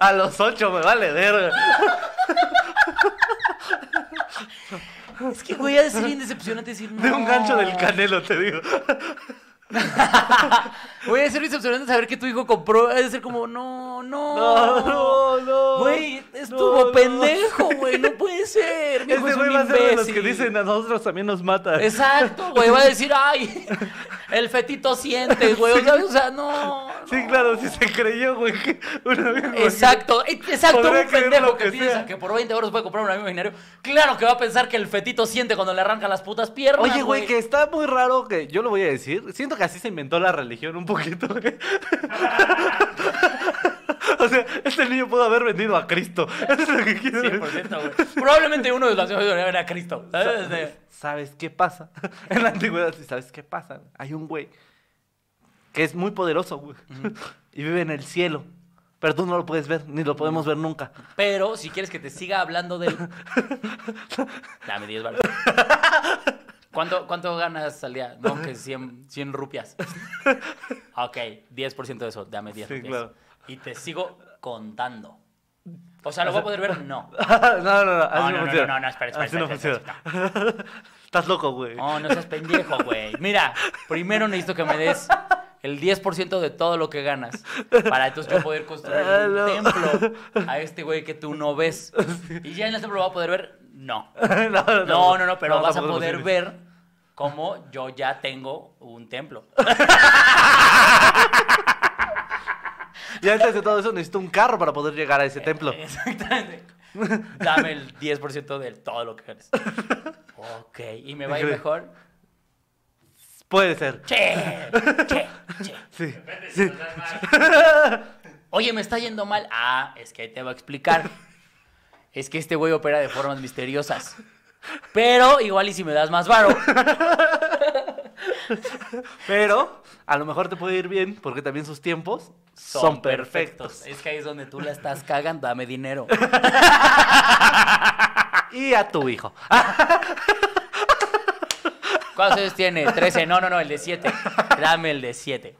Speaker 2: A los ocho me vale verga.
Speaker 1: Es que, güey, a decir bien decepcionante decir,
Speaker 2: De un
Speaker 1: "No".
Speaker 2: gancho del canelo, te digo.
Speaker 1: Güey, es ser decepcionante saber que tu hijo compró. Ha de ser como, no, no.
Speaker 2: No, no, no.
Speaker 1: Güey,
Speaker 2: No,
Speaker 1: estuvo
Speaker 2: no.
Speaker 1: pendejo, güey. No puede ser. Mi hijo
Speaker 2: Este
Speaker 1: es
Speaker 2: güey
Speaker 1: un
Speaker 2: va a ser de los que
Speaker 1: imbécil.
Speaker 2: dicen a nosotros también nos mata.
Speaker 1: Exacto, güey. Va a decir, ay, el fetito siente, güey. O sea, o sea, no.
Speaker 2: Sí,
Speaker 1: no.
Speaker 2: claro, sí se creyó, güey. que un amigo-
Speaker 1: Exacto, e- exacto,
Speaker 2: Podría
Speaker 1: un
Speaker 2: creer
Speaker 1: pendejo
Speaker 2: lo
Speaker 1: que,
Speaker 2: que
Speaker 1: piensa
Speaker 2: sea.
Speaker 1: que por 20 euros puede comprar un amigo imaginario. Claro que va a pensar que el fetito siente cuando le arrancan las putas piernas.
Speaker 2: Oye, güey, que está muy raro que yo lo voy a decir. Siento que así se inventó la religión un poquito, güey. O sea, este niño pudo haber vendido a Cristo. Eso es lo que quiero decir.
Speaker 1: 100%, güey. Probablemente uno de los ancianos era Cristo. ¿sabes? De-
Speaker 2: ¿Sabes qué pasa? En la antigüedad, sí, ¿sabes qué pasa? Hay un güey que es muy poderoso, güey. Y vive en el cielo. Pero tú no lo puedes ver, ni lo podemos ver nunca.
Speaker 1: Pero si quieres que te siga hablando del. Dame 10 balas. ¿Cuánto, ¿Cuánto ganas al día? No, que 100, 100 rupias. Ok, 10% de eso, dame 10
Speaker 2: Sí,
Speaker 1: rupias.
Speaker 2: claro.
Speaker 1: Y te sigo contando. O sea, ¿lo voy a poder ver? No.
Speaker 2: no, no, no. Así
Speaker 1: No,
Speaker 2: no,
Speaker 1: no, no,
Speaker 2: funciona.
Speaker 1: no, no, espera, espera,
Speaker 2: Así no
Speaker 1: espera, espera,
Speaker 2: funciona. Estás loco, güey.
Speaker 1: Oh, no seas pendejo, güey. Mira, primero necesito que me des el 10% de todo lo que ganas para entonces yo poder construir
Speaker 2: Ah,
Speaker 1: un
Speaker 2: no.
Speaker 1: templo a este güey que tú no ves. Y ya en el templo lo va a poder ver, no.
Speaker 2: no, no,
Speaker 1: No, no, no, pero vas a
Speaker 2: tampoco
Speaker 1: poder
Speaker 2: funciona.
Speaker 1: ver cómo yo ya tengo un templo.
Speaker 2: Y antes de todo eso necesito un carro para poder llegar a ese templo.
Speaker 1: Eh, Exactamente. Dame el 10% de todo lo que ganas. Ok, ¿y me va a ir mejor?
Speaker 2: Puede ser.
Speaker 1: Che, che, che.
Speaker 2: Sí.
Speaker 1: Oye, me está yendo mal. Ah, es que ahí te va a explicar. Es que este güey opera de formas misteriosas. Pero igual y si me das más varo.
Speaker 2: Pero a lo mejor te puede ir bien porque también sus tiempos son, perfectos.
Speaker 1: Es que ahí es donde tú la estás cagando. Dame dinero.
Speaker 2: Y a tu hijo. Ah,
Speaker 1: ¿Cuántos años tiene? 13. No, no, no, el de 7. Dame el de 7.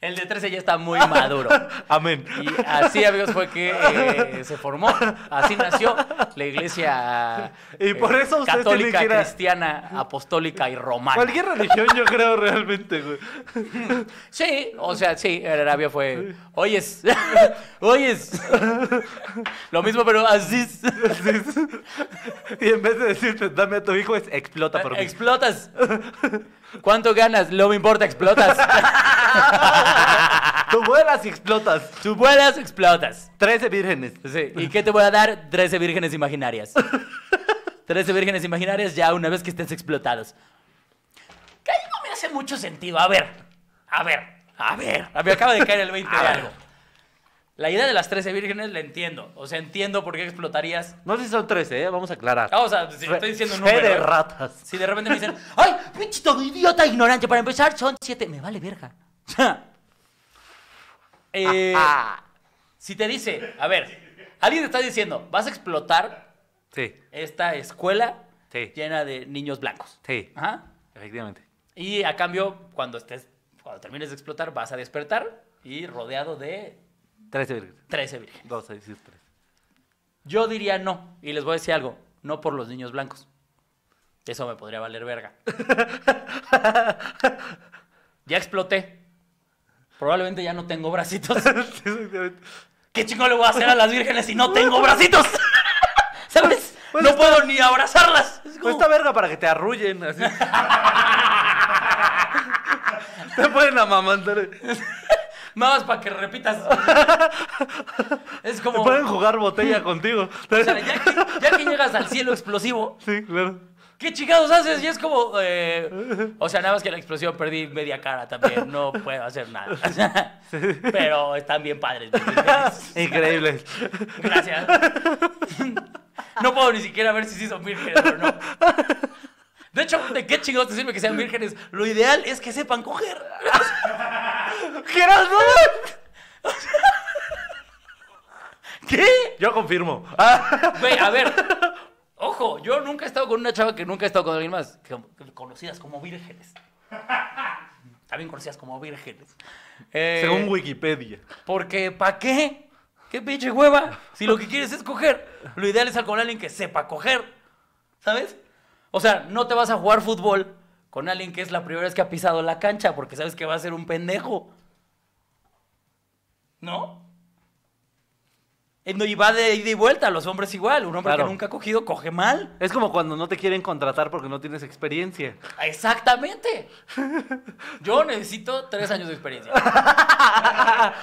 Speaker 1: El de 13 ya está muy maduro.
Speaker 2: Amén.
Speaker 1: Y así, amigos, fue que eh, se formó. Así nació la iglesia eh,
Speaker 2: Y por eso ustedes tienen
Speaker 1: católica,
Speaker 2: que ir a-
Speaker 1: cristiana, apostólica y romana.
Speaker 2: Cualquier religión yo creo realmente, güey.
Speaker 1: Sí, o sea, sí, Arabia fue. Oyes, oyes. Lo mismo, pero así. es.
Speaker 2: Y en vez de decirte dame a tu hijo es explota por mí.
Speaker 1: Explotas. ¿Cuánto ganas? No me importa, explotas.
Speaker 2: Tú vuelas y explotas.
Speaker 1: Tú vuelas, explotas.
Speaker 2: Trece vírgenes.
Speaker 1: Sí. ¿Y qué te voy a dar? 13 vírgenes imaginarias. 13 vírgenes imaginarias ya una vez que estés explotados. Que ahí no me hace mucho sentido. A ver, a ver, a ver. Me acaba de caer el 20 de algo. La idea de las 13 vírgenes la entiendo. O sea, entiendo por qué explotarías.
Speaker 2: No sé si son trece, ¿eh? vamos a aclarar.
Speaker 1: Ah, o sea, si estoy diciendo un
Speaker 2: Fe
Speaker 1: número.
Speaker 2: de
Speaker 1: ¿eh?
Speaker 2: ratas.
Speaker 1: Si de repente me dicen, ¡ay, pinche todo idiota ignorante! Para empezar, son siete. Me vale verga. Eh,
Speaker 2: Ah,
Speaker 1: si te dice, a ver, alguien te está diciendo, vas a explotar
Speaker 2: Sí,
Speaker 1: esta escuela
Speaker 2: Sí.
Speaker 1: llena de niños blancos.
Speaker 2: sí,
Speaker 1: Ajá.
Speaker 2: efectivamente.
Speaker 1: Y a cambio, cuando estés, cuando termines de explotar, vas a despertar y rodeado de
Speaker 2: Trece vírgenes.
Speaker 1: 13 virgen.
Speaker 2: Doce, sí, trece.
Speaker 1: Yo diría no, y les voy a decir algo, no por los niños blancos. Eso me podría valer verga. ya exploté. Probablemente ya no tengo bracitos.
Speaker 2: Sí, exactamente.
Speaker 1: ¿Qué chingo le voy a hacer a las vírgenes si no tengo bracitos? ¿Sabes?
Speaker 2: Pues
Speaker 1: no
Speaker 2: está-
Speaker 1: puedo ni abrazarlas. Es
Speaker 2: Pues
Speaker 1: como-
Speaker 2: esta verga para que te arrullen, así. te pueden amamantar.
Speaker 1: Nada más para que repitas. es
Speaker 2: Te
Speaker 1: como.
Speaker 2: pueden jugar botella contigo.
Speaker 1: o sea, ya, que, ya que llegas al cielo explosivo,
Speaker 2: Sí, claro.
Speaker 1: ¿qué chingados haces? Y es como. eh, o sea, nada más que la explosión perdí media cara también. No puedo hacer nada. Pero están bien padres. mis vírgenes.
Speaker 2: Increíble.
Speaker 1: Gracias. No puedo ni siquiera ver si sí son vírgenes o no. De hecho, ¿de qué chingados te sirve que sean vírgenes? Lo ideal es que sepan coger.
Speaker 2: ¡Gerardo!
Speaker 1: ¿Qué?
Speaker 2: Yo confirmo. Ah,
Speaker 1: Güey, a ver. Ojo, yo nunca he estado con una chava que nunca he estado con alguien más. que- Conocidas como vírgenes. También conocidas como vírgenes. Eh,
Speaker 2: Según Wikipedia.
Speaker 1: Porque, ¿pa' qué? ¿Qué pinche hueva? Si lo que quieres es coger, lo ideal es estar con alguien que sepa coger. ¿Sabes? O sea, no te vas a jugar fútbol con alguien que es la primera vez que ha pisado la cancha porque sabes que va a ser un pendejo. ¿No? Eh, no, Y va de ida y vuelta, los hombres igual. Un hombre
Speaker 2: Claro.
Speaker 1: que nunca ha cogido coge mal.
Speaker 2: Es como cuando no te quieren contratar porque no tienes experiencia.
Speaker 1: Exactamente. Yo necesito tres años de experiencia.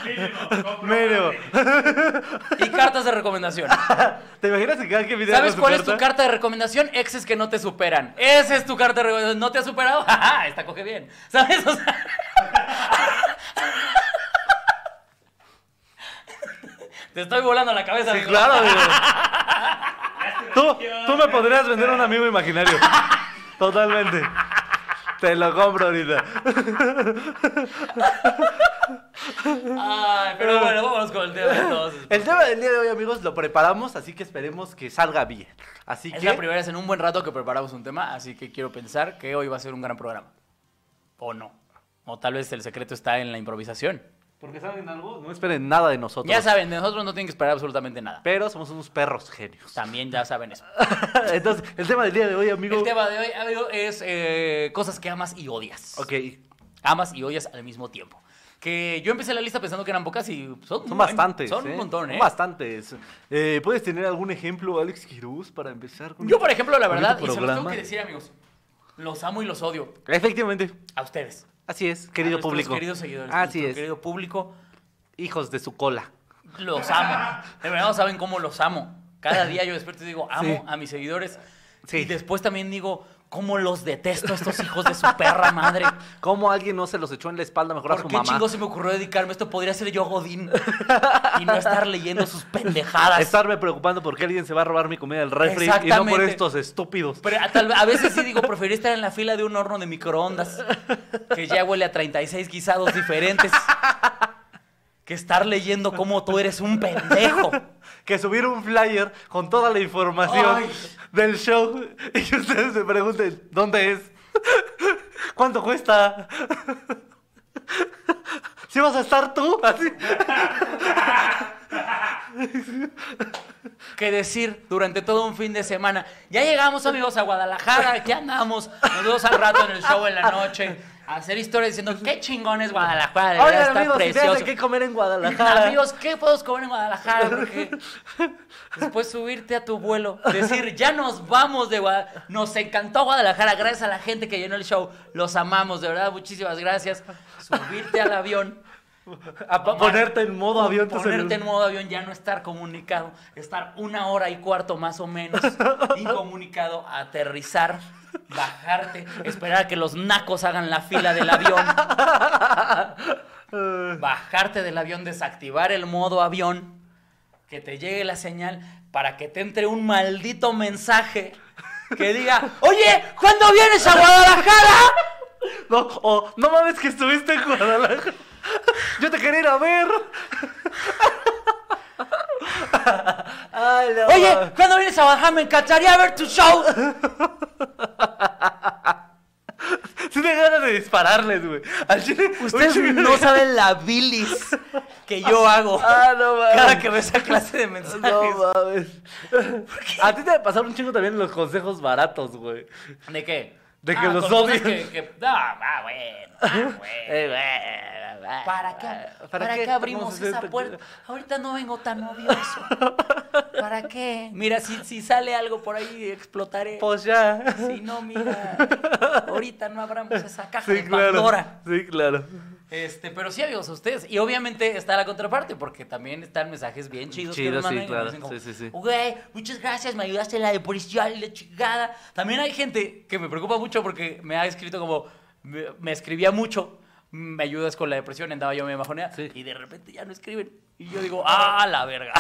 Speaker 3: Mínimo,
Speaker 2: Mero.
Speaker 3: comprobable.
Speaker 1: Y cartas de recomendación.
Speaker 2: ¿Te imaginas que cada que video
Speaker 1: ¿Sabes cuál es tu carta de recomendación? Exes que no te superan. Esa es tu carta de recomendación. ¿No te ha superado? Ajá, esta coge bien. ¿Sabes? O sea... Te estoy volando la cabeza.
Speaker 2: Sí,
Speaker 1: amigo.
Speaker 2: claro, güey. Tú, tú me podrías vender un amigo imaginario. Totalmente. Te lo compro ahorita.
Speaker 1: Ay, pero bueno, vámonos con el tema entonces.
Speaker 2: El tema del día de hoy, amigos, lo preparamos, así que esperemos que salga bien. Así
Speaker 1: Es
Speaker 2: que.
Speaker 1: la primera vez en un buen rato que preparamos un tema, así que quiero pensar que hoy va a ser un gran programa. O no. O tal vez el secreto está en la improvisación.
Speaker 2: Porque saben algo, no esperen nada de nosotros.
Speaker 1: Ya saben, de nosotros no tienen que esperar absolutamente nada.
Speaker 2: Pero somos unos perros genios.
Speaker 1: También ya saben eso.
Speaker 2: Entonces, el tema del día de hoy, amigo.
Speaker 1: El tema de hoy, amigo, es eh, cosas que amas y odias.
Speaker 2: Ok.
Speaker 1: Amas y odias al mismo tiempo. Que yo empecé la lista pensando que eran pocas y son,
Speaker 2: Son
Speaker 1: un buen-
Speaker 2: bastantes.
Speaker 1: Son
Speaker 2: ¿eh?
Speaker 1: un montón,
Speaker 2: Son
Speaker 1: ¿eh?
Speaker 2: bastantes. Eh, ¿Puedes tener algún ejemplo, Alex Quirús, para empezar? Con
Speaker 1: Yo, por ejemplo, la
Speaker 2: con
Speaker 1: verdad,
Speaker 2: este
Speaker 1: y se los tengo
Speaker 2: programa?
Speaker 1: que decir, amigos, los amo y los odio
Speaker 2: Efectivamente.
Speaker 1: a ustedes.
Speaker 2: Así es,
Speaker 1: a
Speaker 2: querido
Speaker 1: nuestros
Speaker 2: público.
Speaker 1: queridos seguidores.
Speaker 2: Así
Speaker 1: nuestro
Speaker 2: es.
Speaker 1: Querido público,
Speaker 2: Hijos de su cola.
Speaker 1: los amo. De verdad, no saben cómo los amo. Cada día yo despierto y digo, amo
Speaker 2: Sí.
Speaker 1: a mis seguidores.
Speaker 2: Sí.
Speaker 1: Y después también digo, cómo los detesto a estos hijos de su perra madre.
Speaker 2: ¿Cómo alguien no se los echó en la espalda mejor a
Speaker 1: ¿Por
Speaker 2: su
Speaker 1: qué
Speaker 2: mamá?
Speaker 1: chingo se me ocurrió dedicarme? a Esto podría ser yo Godín. y no estar leyendo sus pendejadas.
Speaker 2: Estarme preocupando porque alguien se va a robar mi comida del refri y no por
Speaker 1: Exactamente.
Speaker 2: estos estúpidos.
Speaker 1: Pero a, tal vez- a veces sí digo, preferiría estar en la fila de un horno de microondas que ya huele a 36 guisados diferentes que estar leyendo cómo tú eres un pendejo.
Speaker 2: que subir un flyer con toda la información
Speaker 1: Ay.
Speaker 2: del show y que ustedes se pregunten dónde es, cuánto cuesta. ¿Sí vas a estar tú? Así.
Speaker 1: Que decir durante todo un fin de semana, ya llegamos amigos a Guadalajara, aquí andamos, nos vemos al rato en el show en la noche, a hacer historias diciendo, qué chingón es Guadalajara, de verdad
Speaker 2: Oigan,
Speaker 1: está
Speaker 2: amigos, si
Speaker 1: precioso".
Speaker 2: tienen que comer en Guadalajara.
Speaker 1: Amigos, ¿qué podemos comer en Guadalajara? Porque después subirte a tu vuelo, decir, ya nos vamos de Guadalajara. Nos encantó Guadalajara, gracias a la gente que llenó el show. Los amamos, de verdad, muchísimas gracias. Subirte al avión,
Speaker 2: A pa- ponerte en modo avión. tu
Speaker 1: ponerte en
Speaker 2: celular.
Speaker 1: modo avión, ya no estar comunicado, estar una hora y cuarto más o menos incomunicado, aterrizar. Bajarte, esperar a que los nacos hagan la fila del avión, bajarte del avión, desactivar el modo avión, que te llegue la señal para que te entre un maldito mensaje que diga, oye, ¿cuándo vienes a Guadalajara?
Speaker 2: No, o, no mames que estuviste en Guadalajara. Yo te quería ir a ver. Ay, no
Speaker 1: Oye,
Speaker 2: mames.
Speaker 1: ¿cuándo vienes a Guadalajara? Me encantaría ver tu show.
Speaker 2: sí te ganas de dispararles, güey. Al chile, un
Speaker 1: Ustedes
Speaker 2: chingo
Speaker 1: no
Speaker 2: de-
Speaker 1: saben la bilis que yo hago
Speaker 2: Ah, no mames.
Speaker 1: cada que veo esa clase de mensajes.
Speaker 2: No mames. A ti te pasaron un chingo también los consejos baratos, güey.
Speaker 1: ¿De qué? Ah,
Speaker 2: De que los
Speaker 1: con cosas
Speaker 2: odias.
Speaker 1: que- que- No, ah, bueno, ah, bueno. ¿Para qué, eh, ah, ¿Para qué, abrimos esa puerta? Ahorita no vengo tan odioso. ¿Para qué? Mira, si, si sale algo por ahí, explotaré.
Speaker 2: Pues ya.
Speaker 1: Si no, mira, ahorita no abramos esa caja
Speaker 2: Sí,
Speaker 1: de Pandora.
Speaker 2: claro. Sí, claro.
Speaker 1: Este, pero sí, amigos, a ustedes. Y obviamente está la contraparte, porque también están mensajes bien chidos. que
Speaker 2: Chidos,
Speaker 1: nos
Speaker 2: sí,
Speaker 1: mandan y nos
Speaker 2: claro.
Speaker 1: dicen como,
Speaker 2: Sí, sí, sí.
Speaker 1: Güey, muchas gracias, me ayudaste en la de policial y la chingada. También hay gente que me preocupa mucho porque me ha escrito como, me, me escribía mucho, me ayudas con la depresión, andaba yo me bajonea,
Speaker 2: Sí.
Speaker 1: y de repente ya no escriben. Y yo digo, ah, la verga.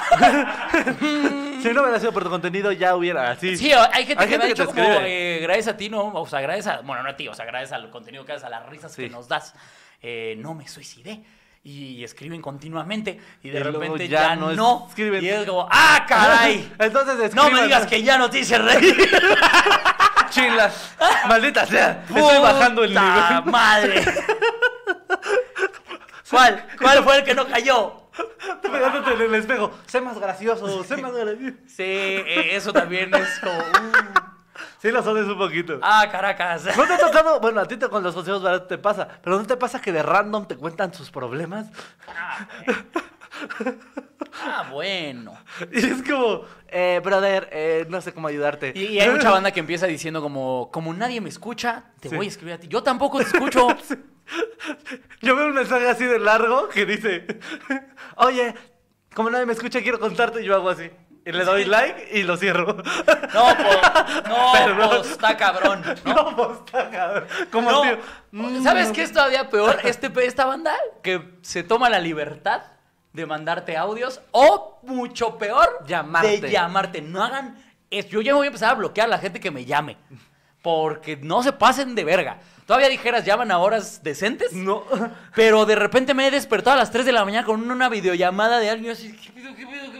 Speaker 2: Si no hubiera sido por tu contenido, ya hubiera. Así.
Speaker 1: Sí, hay gente que me ha
Speaker 2: te
Speaker 1: dicho como,
Speaker 2: escribe.
Speaker 1: eh, gracias a ti, no, o sea, gracias a, bueno, no a ti, o sea, gracias al contenido que haces, a las risas que
Speaker 2: Sí.
Speaker 1: nos das, eh, no me suicidé. Y escriben continuamente y de
Speaker 2: Y luego
Speaker 1: repente
Speaker 2: ya
Speaker 1: ya,
Speaker 2: no
Speaker 1: no,
Speaker 2: es- escriben.
Speaker 1: Y es como, ¡ah, caray!
Speaker 2: Entonces
Speaker 1: no me
Speaker 2: escriban.
Speaker 1: digas que ya no te hice reír.
Speaker 2: Chilas. Maldita sea. Estoy bajando el
Speaker 1: ¡Puta
Speaker 2: nivel.
Speaker 1: madre! ¿Cuál? ¿Cuál fue el que no cayó?
Speaker 2: Estoy pegándote en el espejo. Sé más gracioso. Sé más gracioso.
Speaker 1: e, Sí, eh, eso también es como. uh,
Speaker 2: Sí lo sabes un poquito.
Speaker 1: Ah, Caracas.
Speaker 2: ¿No te ha tocado? Bueno, a ti te- con los consejos baratos te pasa, pero ¿no te pasa que de random te cuentan sus problemas?
Speaker 1: Ah, bueno.
Speaker 2: Y es como, eh, brother, eh, no sé cómo ayudarte.
Speaker 1: Y, y hay mucha banda que empieza diciendo como, como nadie me escucha, te
Speaker 2: Sí.
Speaker 1: voy a escribir a ti. Yo tampoco te escucho.
Speaker 2: Yo veo un mensaje así de largo que dice, oye, como nadie me escucha, quiero contarte, y yo hago así. Y le doy like y lo cierro.
Speaker 1: No, pues, no,
Speaker 2: Perdón.
Speaker 1: pues, está cabrón. ¿no?
Speaker 2: No, pues, está cabrón. Como
Speaker 1: No.
Speaker 2: tío. Mm.
Speaker 1: ¿Sabes qué es todavía peor? Este, pe- esta banda que se toma la libertad de mandarte audios o, mucho peor,
Speaker 2: Llamarte.
Speaker 1: de llamarte. No hagan eso. Yo ya me voy a empezar a bloquear a la gente que me llame. Porque no se pasen de verga. Todavía dijeras, llaman a horas decentes.
Speaker 2: No.
Speaker 1: Pero de repente me he despertado a las 3 de la mañana con una videollamada de alguien y yo así, ¿qué pido, qué pido, qué pido?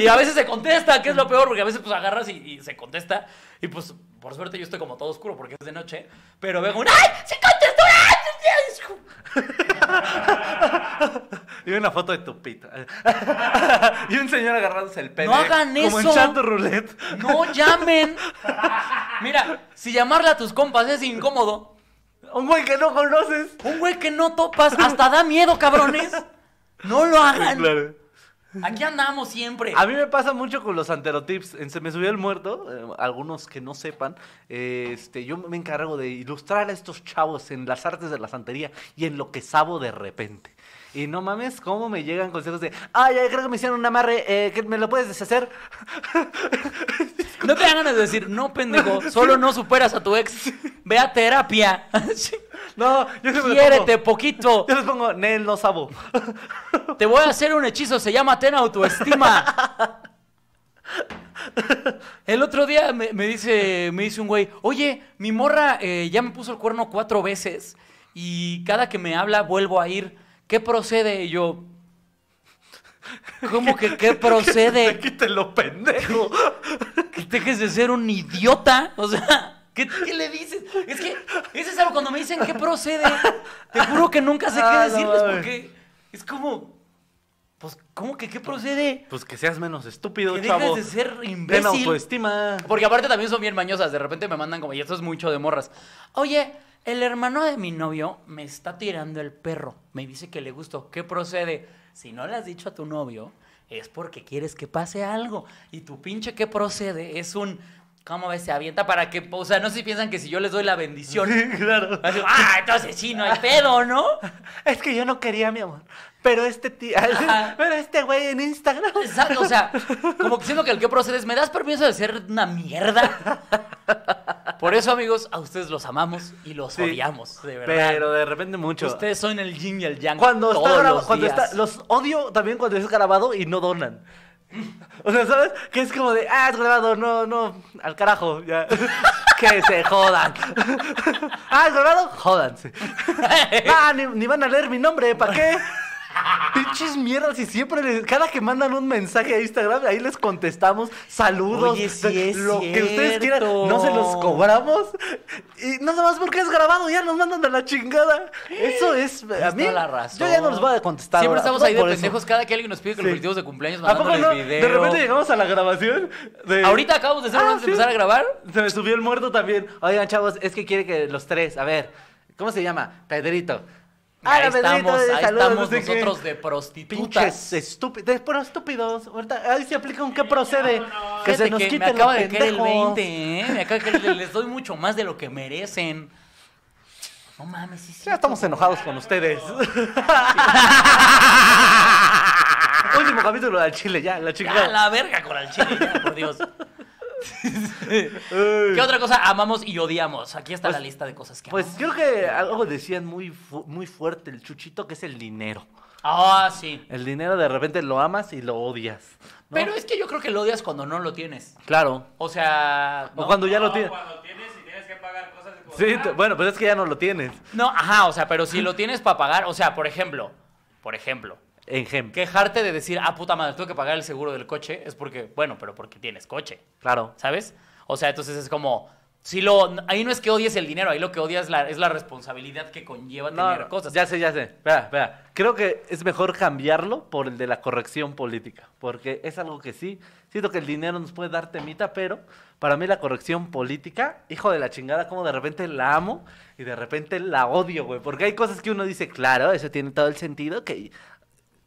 Speaker 1: Y a veces se contesta, que es lo peor, porque a veces pues agarras y, y se contesta. Y pues, por suerte yo estoy como todo oscuro porque es de noche. Pero veo como, ¡ay! ¡Se contestó! ¡Ay! sí, sí, sí".
Speaker 2: Y una foto de tu pito. y un señor agarrándose el pene.
Speaker 1: No hagan
Speaker 2: Como en
Speaker 1: eso.
Speaker 2: Chato Roulette.
Speaker 1: ¡No llamen! Mira, si llamarle a tus compas es incómodo,
Speaker 2: Un güey que Oh no conoces.
Speaker 1: un güey que no topas hasta da miedo, cabrones. No lo hagan.
Speaker 2: Claro.
Speaker 1: Aquí andamos siempre.
Speaker 2: A mí me pasa mucho con los anterotips. En Se me subió el muerto, eh, algunos que no sepan, eh, este, yo me encargo de ilustrar a estos chavos en las artes de la santería y en lo que sabo de repente. Y no mames, cómo me llegan consejos de, ay, ay, creo que me hicieron un amarre, eh, que me lo puedes deshacer.
Speaker 1: No te dan ganas de decir, no, pendejo, solo no superas a tu ex. Ve a terapia. Sí.
Speaker 2: No, yo siempre les pongo-
Speaker 1: Quiérete poquito.
Speaker 2: Yo les pongo, Nel, no sabo.
Speaker 1: Te voy a hacer un hechizo, se llama ten autoestima. El otro día me, me dice, me dice un güey, oye, mi morra eh, ya me puso el cuerno cuatro veces y cada que me habla vuelvo a ir. ¿Qué procede? Y yo, ¿cómo que qué procede?
Speaker 2: Quítelo, pendejo.
Speaker 1: que dejes de ser un idiota. O sea, ¿qué, qué le dices? Es que, ese es algo cuando me dicen qué procede. Te juro que nunca sé
Speaker 2: Ah,
Speaker 1: qué
Speaker 2: no
Speaker 1: decirles
Speaker 2: mames.
Speaker 1: porque es como, pues, ¿cómo que qué procede?
Speaker 2: Pues que seas menos estúpido,
Speaker 1: Que
Speaker 2: chavo.
Speaker 1: dejes de ser
Speaker 2: Ten
Speaker 1: imbécil.
Speaker 2: autoestima.
Speaker 1: Porque aparte también son bien mañosas. De repente me mandan como, y esto es mucho de morras. Oye, el hermano de mi novio me está tirando el perro. Me dice que le gustó. ¿Qué procede? Si no le has dicho a tu novio, es porque quieres que pase algo. Y tu pinche ¿qué procede? Es un... ¿Cómo ves? Se avienta para que... O sea, no sé si piensan que si yo les doy la bendición...
Speaker 2: claro.
Speaker 1: así, ah, entonces sí, no hay pedo, ¿no?
Speaker 2: Es que yo no quería, mi amor. Pero este tío.
Speaker 1: Ajá.
Speaker 2: pero este güey en Instagram.
Speaker 1: Exacto, o sea, como que siento que el que procede es, ¿me das permiso de ser una mierda? Por eso, amigos, a ustedes los amamos y los
Speaker 2: Sí.
Speaker 1: odiamos, de verdad.
Speaker 2: Pero de repente mucho.
Speaker 1: ustedes son el yin y el yang
Speaker 2: Cuando está
Speaker 1: todos
Speaker 2: grabado,
Speaker 1: los
Speaker 2: cuando
Speaker 1: días.
Speaker 2: está. Los odio también cuando es grabado y no donan. O sea, ¿sabes? Que es como de, ah, es grabado, no, no, al carajo, ya. que se jodan. ah, es grabado, jódanse. ah, ni, ni van a leer mi nombre, ¿para qué? Pinches mierdas y siempre les- cada que mandan un mensaje a Instagram, ahí les contestamos saludos,
Speaker 1: Oye, sí es
Speaker 2: lo que ustedes quieran, no se los
Speaker 1: cierto.
Speaker 2: cobramos y nada más porque es grabado, ya nos mandan a la chingada. Eso es a
Speaker 1: Tienes
Speaker 2: mí
Speaker 1: toda la razón.
Speaker 2: yo ya no los voy a contestar.
Speaker 1: Siempre
Speaker 2: ahora,
Speaker 1: estamos
Speaker 2: no
Speaker 1: ahí de
Speaker 2: por eso.
Speaker 1: pendejos cada que alguien nos pide que los
Speaker 2: Sí.
Speaker 1: festivos de cumpleaños
Speaker 2: ¿A poco
Speaker 1: mandándoles
Speaker 2: no?
Speaker 1: video.
Speaker 2: De repente llegamos a la grabación de
Speaker 1: Ahorita acabamos de hacer
Speaker 2: Ah,
Speaker 1: antes
Speaker 2: sí.
Speaker 1: de empezar a grabar.
Speaker 2: Se me subió el muerto también. Oigan, chavos, es que quiere que los tres, a ver, ¿cómo se llama? Pedrito.
Speaker 1: Ahí
Speaker 2: Hola, Pedrito, eh,
Speaker 1: estamos, ahí
Speaker 2: saludos,
Speaker 1: estamos
Speaker 2: no sé qué.
Speaker 1: nosotros de
Speaker 2: Pinches este,
Speaker 1: prostitutas.
Speaker 2: estúpidos, pero estúpidos. Ahorita, ahí se aplica un que procede. Que
Speaker 1: Fíjate
Speaker 2: se nos
Speaker 1: que
Speaker 2: quiten
Speaker 1: me acaba
Speaker 2: los
Speaker 1: de caer el
Speaker 2: pendejos.
Speaker 1: 20, ¿eh? Me acaba de caer el- les doy mucho más de lo que merecen. No mames, sí, sí.
Speaker 2: Ya estamos enojados con ustedes. Último capítulo del Chile, ya, la
Speaker 1: Ya,
Speaker 2: chingada.
Speaker 1: la verga con el chile, ya, por Dios.
Speaker 2: Ay.
Speaker 1: ¿Qué otra cosa amamos y odiamos? Aquí está la lista de cosas que
Speaker 2: Pues
Speaker 1: amamos.
Speaker 2: creo que algo decían muy, fu- muy fuerte el chuchito, que es el dinero.
Speaker 1: Ah, sí.
Speaker 2: El dinero de repente lo amas y lo odias. ¿no?
Speaker 1: Pero es que yo creo que lo odias cuando no lo tienes.
Speaker 2: Claro.
Speaker 1: O sea,
Speaker 2: O
Speaker 1: no,
Speaker 2: cuando ya lo
Speaker 3: No,
Speaker 2: tienes.
Speaker 3: Cuando tienes y tienes que pagar cosas como,
Speaker 2: Sí,
Speaker 3: ah,
Speaker 2: te- bueno, pues es que ya no lo tienes.
Speaker 1: no, ajá, o sea, pero si lo tienes para pagar, o sea, por ejemplo, por ejemplo,
Speaker 2: En gem.
Speaker 1: quejarte de decir, "Ah, puta madre, tengo que pagar el seguro del coche", es porque, bueno, pero porque tienes coche,
Speaker 2: Claro.
Speaker 1: ¿sabes? O sea, entonces es como Si lo, ahí no es que odies el dinero, ahí lo que odias la- es la responsabilidad que conlleva
Speaker 2: No,
Speaker 1: tener cosas.
Speaker 2: Ya sé, ya sé. Espera, espera. Creo que es mejor cambiarlo por el de la corrección política. Porque es algo que sí. Siento que el dinero nos puede dar temita, pero para mí la corrección política, hijo de la chingada, como de repente la amo y de repente la odio, güey. Porque hay cosas que uno dice, claro, eso tiene todo el sentido, que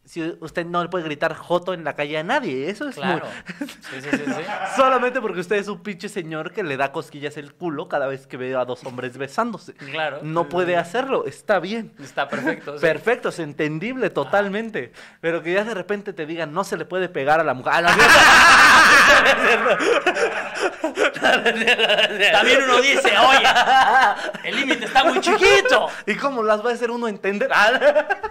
Speaker 2: si usted no le puede gritar joto en la calle a nadie. Eso es muy-
Speaker 1: claro. Sí, sí, sí, sí.
Speaker 2: Solamente porque usted es un pinche señor que le da cosquillas el culo cada vez que ve a dos hombres besándose.
Speaker 1: Claro.
Speaker 2: No puede hacerlo, está bien.
Speaker 1: Está perfecto. sí.
Speaker 2: Perfecto, es entendible totalmente. Pero que ya de repente te digan, no se le puede pegar a la mujer. Ah, ¡A la mierda!
Speaker 1: También uno dice, oye, el límite está muy chiquito.
Speaker 2: ¿Y cómo las va a hacer uno entender? Ah, ¡A la-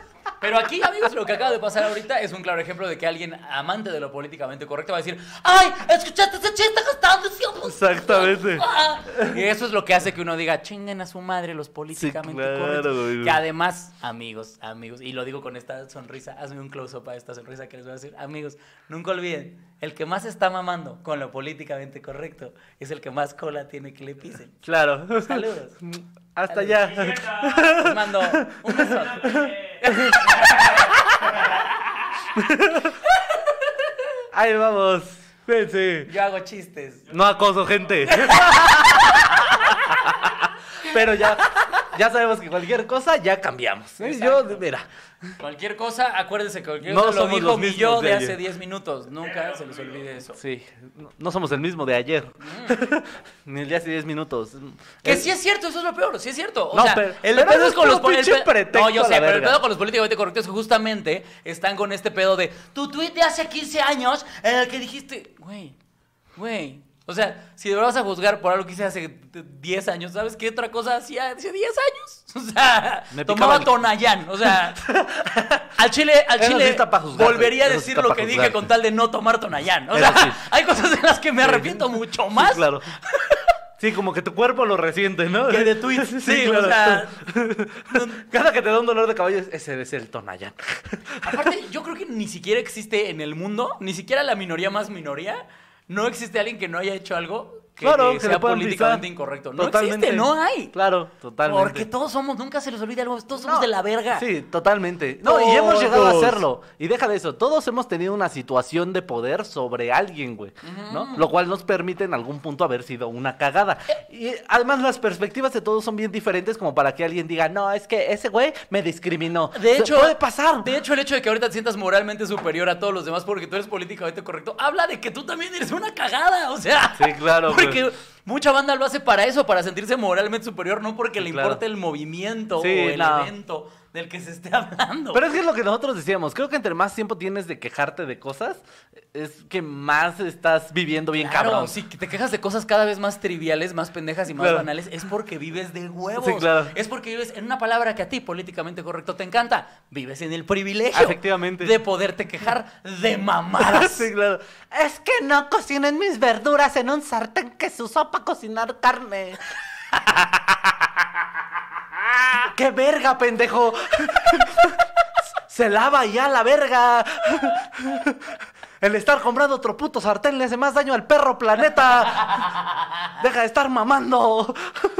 Speaker 1: Pero aquí, amigos, lo que acaba de pasar ahorita es un claro ejemplo de que alguien amante de lo políticamente correcto va a decir, ¡ay! ¡Escuchaste ese chiste que estaban diciendo!
Speaker 2: Exactamente.
Speaker 1: Ah". Y eso es lo que hace que uno diga, chinguen a su madre los políticamente
Speaker 2: claro,
Speaker 1: correctos.
Speaker 2: güey.
Speaker 1: Que además, amigos, amigos, y lo digo con esta sonrisa, hazme un close-up a esta sonrisa que les voy a decir. Amigos, nunca olviden, el que más está mamando con lo políticamente correcto es el que más cola tiene que le pisen.
Speaker 2: Claro.
Speaker 1: Saludos.
Speaker 2: Hasta
Speaker 1: Saludos.
Speaker 2: allá.
Speaker 1: Les mando un besote.
Speaker 2: Ahí vamos. Cuídense.
Speaker 1: Yo hago chistes.
Speaker 2: No acoso, gente. Pero ya, ya sabemos que cualquier cosa ya cambiamos. ¿eh? Yo,
Speaker 1: Exacto.
Speaker 2: mira,
Speaker 1: Cualquier cosa, acuérdense que cualquier
Speaker 2: No
Speaker 1: cosa lo
Speaker 2: somos
Speaker 1: dijo
Speaker 2: los
Speaker 1: mi
Speaker 2: mismos
Speaker 1: yo
Speaker 2: de
Speaker 1: de
Speaker 2: ayer.
Speaker 1: hace 10 minutos. Nunca se les olvide eso.
Speaker 2: sí, no, no somos el mismo de ayer. Ni el de hace 10 minutos.
Speaker 1: Mm. Que
Speaker 2: El-
Speaker 1: sí es cierto, eso es lo peor, sí es cierto. O
Speaker 2: Eh, No,
Speaker 1: sea,
Speaker 2: pero-
Speaker 1: el
Speaker 2: pero
Speaker 1: pedo
Speaker 2: eso
Speaker 1: es
Speaker 2: es
Speaker 1: con los
Speaker 2: puro
Speaker 1: pol- el
Speaker 2: pinche
Speaker 1: pe-
Speaker 2: pretexto
Speaker 1: No, yo
Speaker 2: a
Speaker 1: sé,
Speaker 2: la
Speaker 1: pero el
Speaker 2: verga.
Speaker 1: pedo con los políticamente correctos es que justamente están con este pedo de tu tweet de hace 15 años en el que dijiste, güey, güey. O sea, si lo vas a juzgar por algo que hice hace t- 10 años, ¿sabes qué otra cosa hacía hace 10 años? O sea,
Speaker 2: Me
Speaker 1: tomaba
Speaker 2: picaba el-
Speaker 1: Tonayán. O sea, al chile, al
Speaker 2: Eso sí
Speaker 1: chile
Speaker 2: está pa' juzgar,
Speaker 1: volvería a
Speaker 2: güey, eso sí
Speaker 1: decir
Speaker 2: está
Speaker 1: lo
Speaker 2: pa'
Speaker 1: que dije
Speaker 2: juzgar.
Speaker 1: con tal de no tomar Tonayán. O
Speaker 2: Eso
Speaker 1: sea,
Speaker 2: sí.
Speaker 1: hay cosas de las que me arrepiento mucho
Speaker 2: Sí,
Speaker 1: más
Speaker 2: claro. Sí, como que tu cuerpo lo resiente, ¿no?
Speaker 1: que de tweets. Sí, o
Speaker 2: claro.
Speaker 1: sea,
Speaker 2: Cada que te da un dolor de caballo, ese es el Tonayán.
Speaker 1: Aparte, yo creo que ni siquiera existe en el mundo, ni siquiera la minoría más minoría, no existe alguien que no haya hecho algo que
Speaker 2: Claro, que
Speaker 1: sea
Speaker 2: le puedan
Speaker 1: políticamente
Speaker 2: pisar.
Speaker 1: incorrecto. No
Speaker 2: Totalmente.
Speaker 1: existe, no hay.
Speaker 2: Claro, totalmente.
Speaker 1: Porque todos somos, nunca se les olvida algo, todos somos
Speaker 2: No,
Speaker 1: de la verga.
Speaker 2: Sí, totalmente. No, y hemos llegado a
Speaker 1: Todos.
Speaker 2: hacerlo. Y deja de eso, todos hemos tenido una situación de poder sobre alguien, güey, ¿no? Lo cual nos permite en algún punto haber sido una cagada. Y además las perspectivas de todos son bien diferentes como para que alguien diga, "No, es que ese güey me discriminó."
Speaker 1: De
Speaker 2: Se-
Speaker 1: hecho,
Speaker 2: puede pasar.
Speaker 1: De hecho, el hecho de que ahorita te sientas moralmente superior a todos los demás porque tú eres políticamente correcto, habla de que tú también eres una cagada, o sea.
Speaker 2: Sí, claro, pues. güey.
Speaker 1: Porque mucha banda lo hace para eso, para sentirse moralmente superior, no porque
Speaker 2: Sí,
Speaker 1: le
Speaker 2: claro.
Speaker 1: importe el movimiento
Speaker 2: Sí,
Speaker 1: o el
Speaker 2: no.
Speaker 1: evento del que se esté hablando.
Speaker 2: Pero es que es lo que nosotros decíamos, creo que entre más tiempo tienes de quejarte de cosas, es que más estás viviendo bien
Speaker 1: Claro,
Speaker 2: cabrón.
Speaker 1: si te quejas de cosas cada vez más triviales, más pendejas y más
Speaker 2: Claro.
Speaker 1: banales, es porque vives de huevos.
Speaker 2: Sí, claro.
Speaker 1: Es porque vives en una palabra que a ti políticamente correcto te encanta. Vives en el privilegio
Speaker 2: Efectivamente.
Speaker 1: de poderte quejar de mamadas.
Speaker 2: Sí, claro. Es que no cocinen mis verduras en un sartén que se usó para cocinar carne. ¡Qué verga, pendejo! ¡Se lava ya la verga! El estar comprando otro puto sartén le hace más daño al perro planeta. Deja de estar mamando.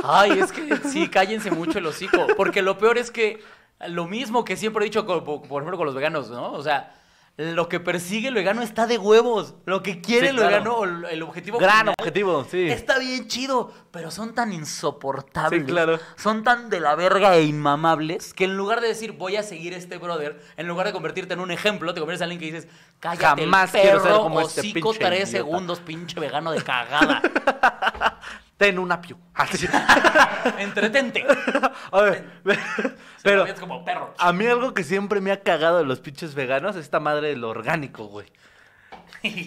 Speaker 1: Ay, es que sí, cállense mucho el hocico. Porque lo peor es que lo mismo que siempre he dicho, con- por por ejemplo, con los veganos, ¿no? O sea, lo que persigue el vegano está de huevos. Lo que quiere
Speaker 2: Sí,
Speaker 1: el
Speaker 2: claro.
Speaker 1: vegano, o el el objetivo
Speaker 2: Gran
Speaker 1: final,
Speaker 2: objetivo, sí.
Speaker 1: Está bien chido, pero son tan insoportables.
Speaker 2: Sí, claro.
Speaker 1: Son tan de la verga e inmamables que en lugar de decir voy a seguir a este brother, en lugar de convertirte en un ejemplo, te conviertes en alguien que dices, cállate
Speaker 2: Jamás
Speaker 1: el
Speaker 2: quiero
Speaker 1: perro,
Speaker 2: ser como este
Speaker 1: hocico,
Speaker 2: pinche idiota".
Speaker 1: tres segundos, pinche vegano de cagada.
Speaker 2: Ten un apio.
Speaker 1: Entretente.
Speaker 2: A ver,
Speaker 1: Pero
Speaker 2: pero
Speaker 1: es como perro.
Speaker 2: a mí algo que siempre me ha cagado de los pinches veganos es esta madre de lo orgánico, güey.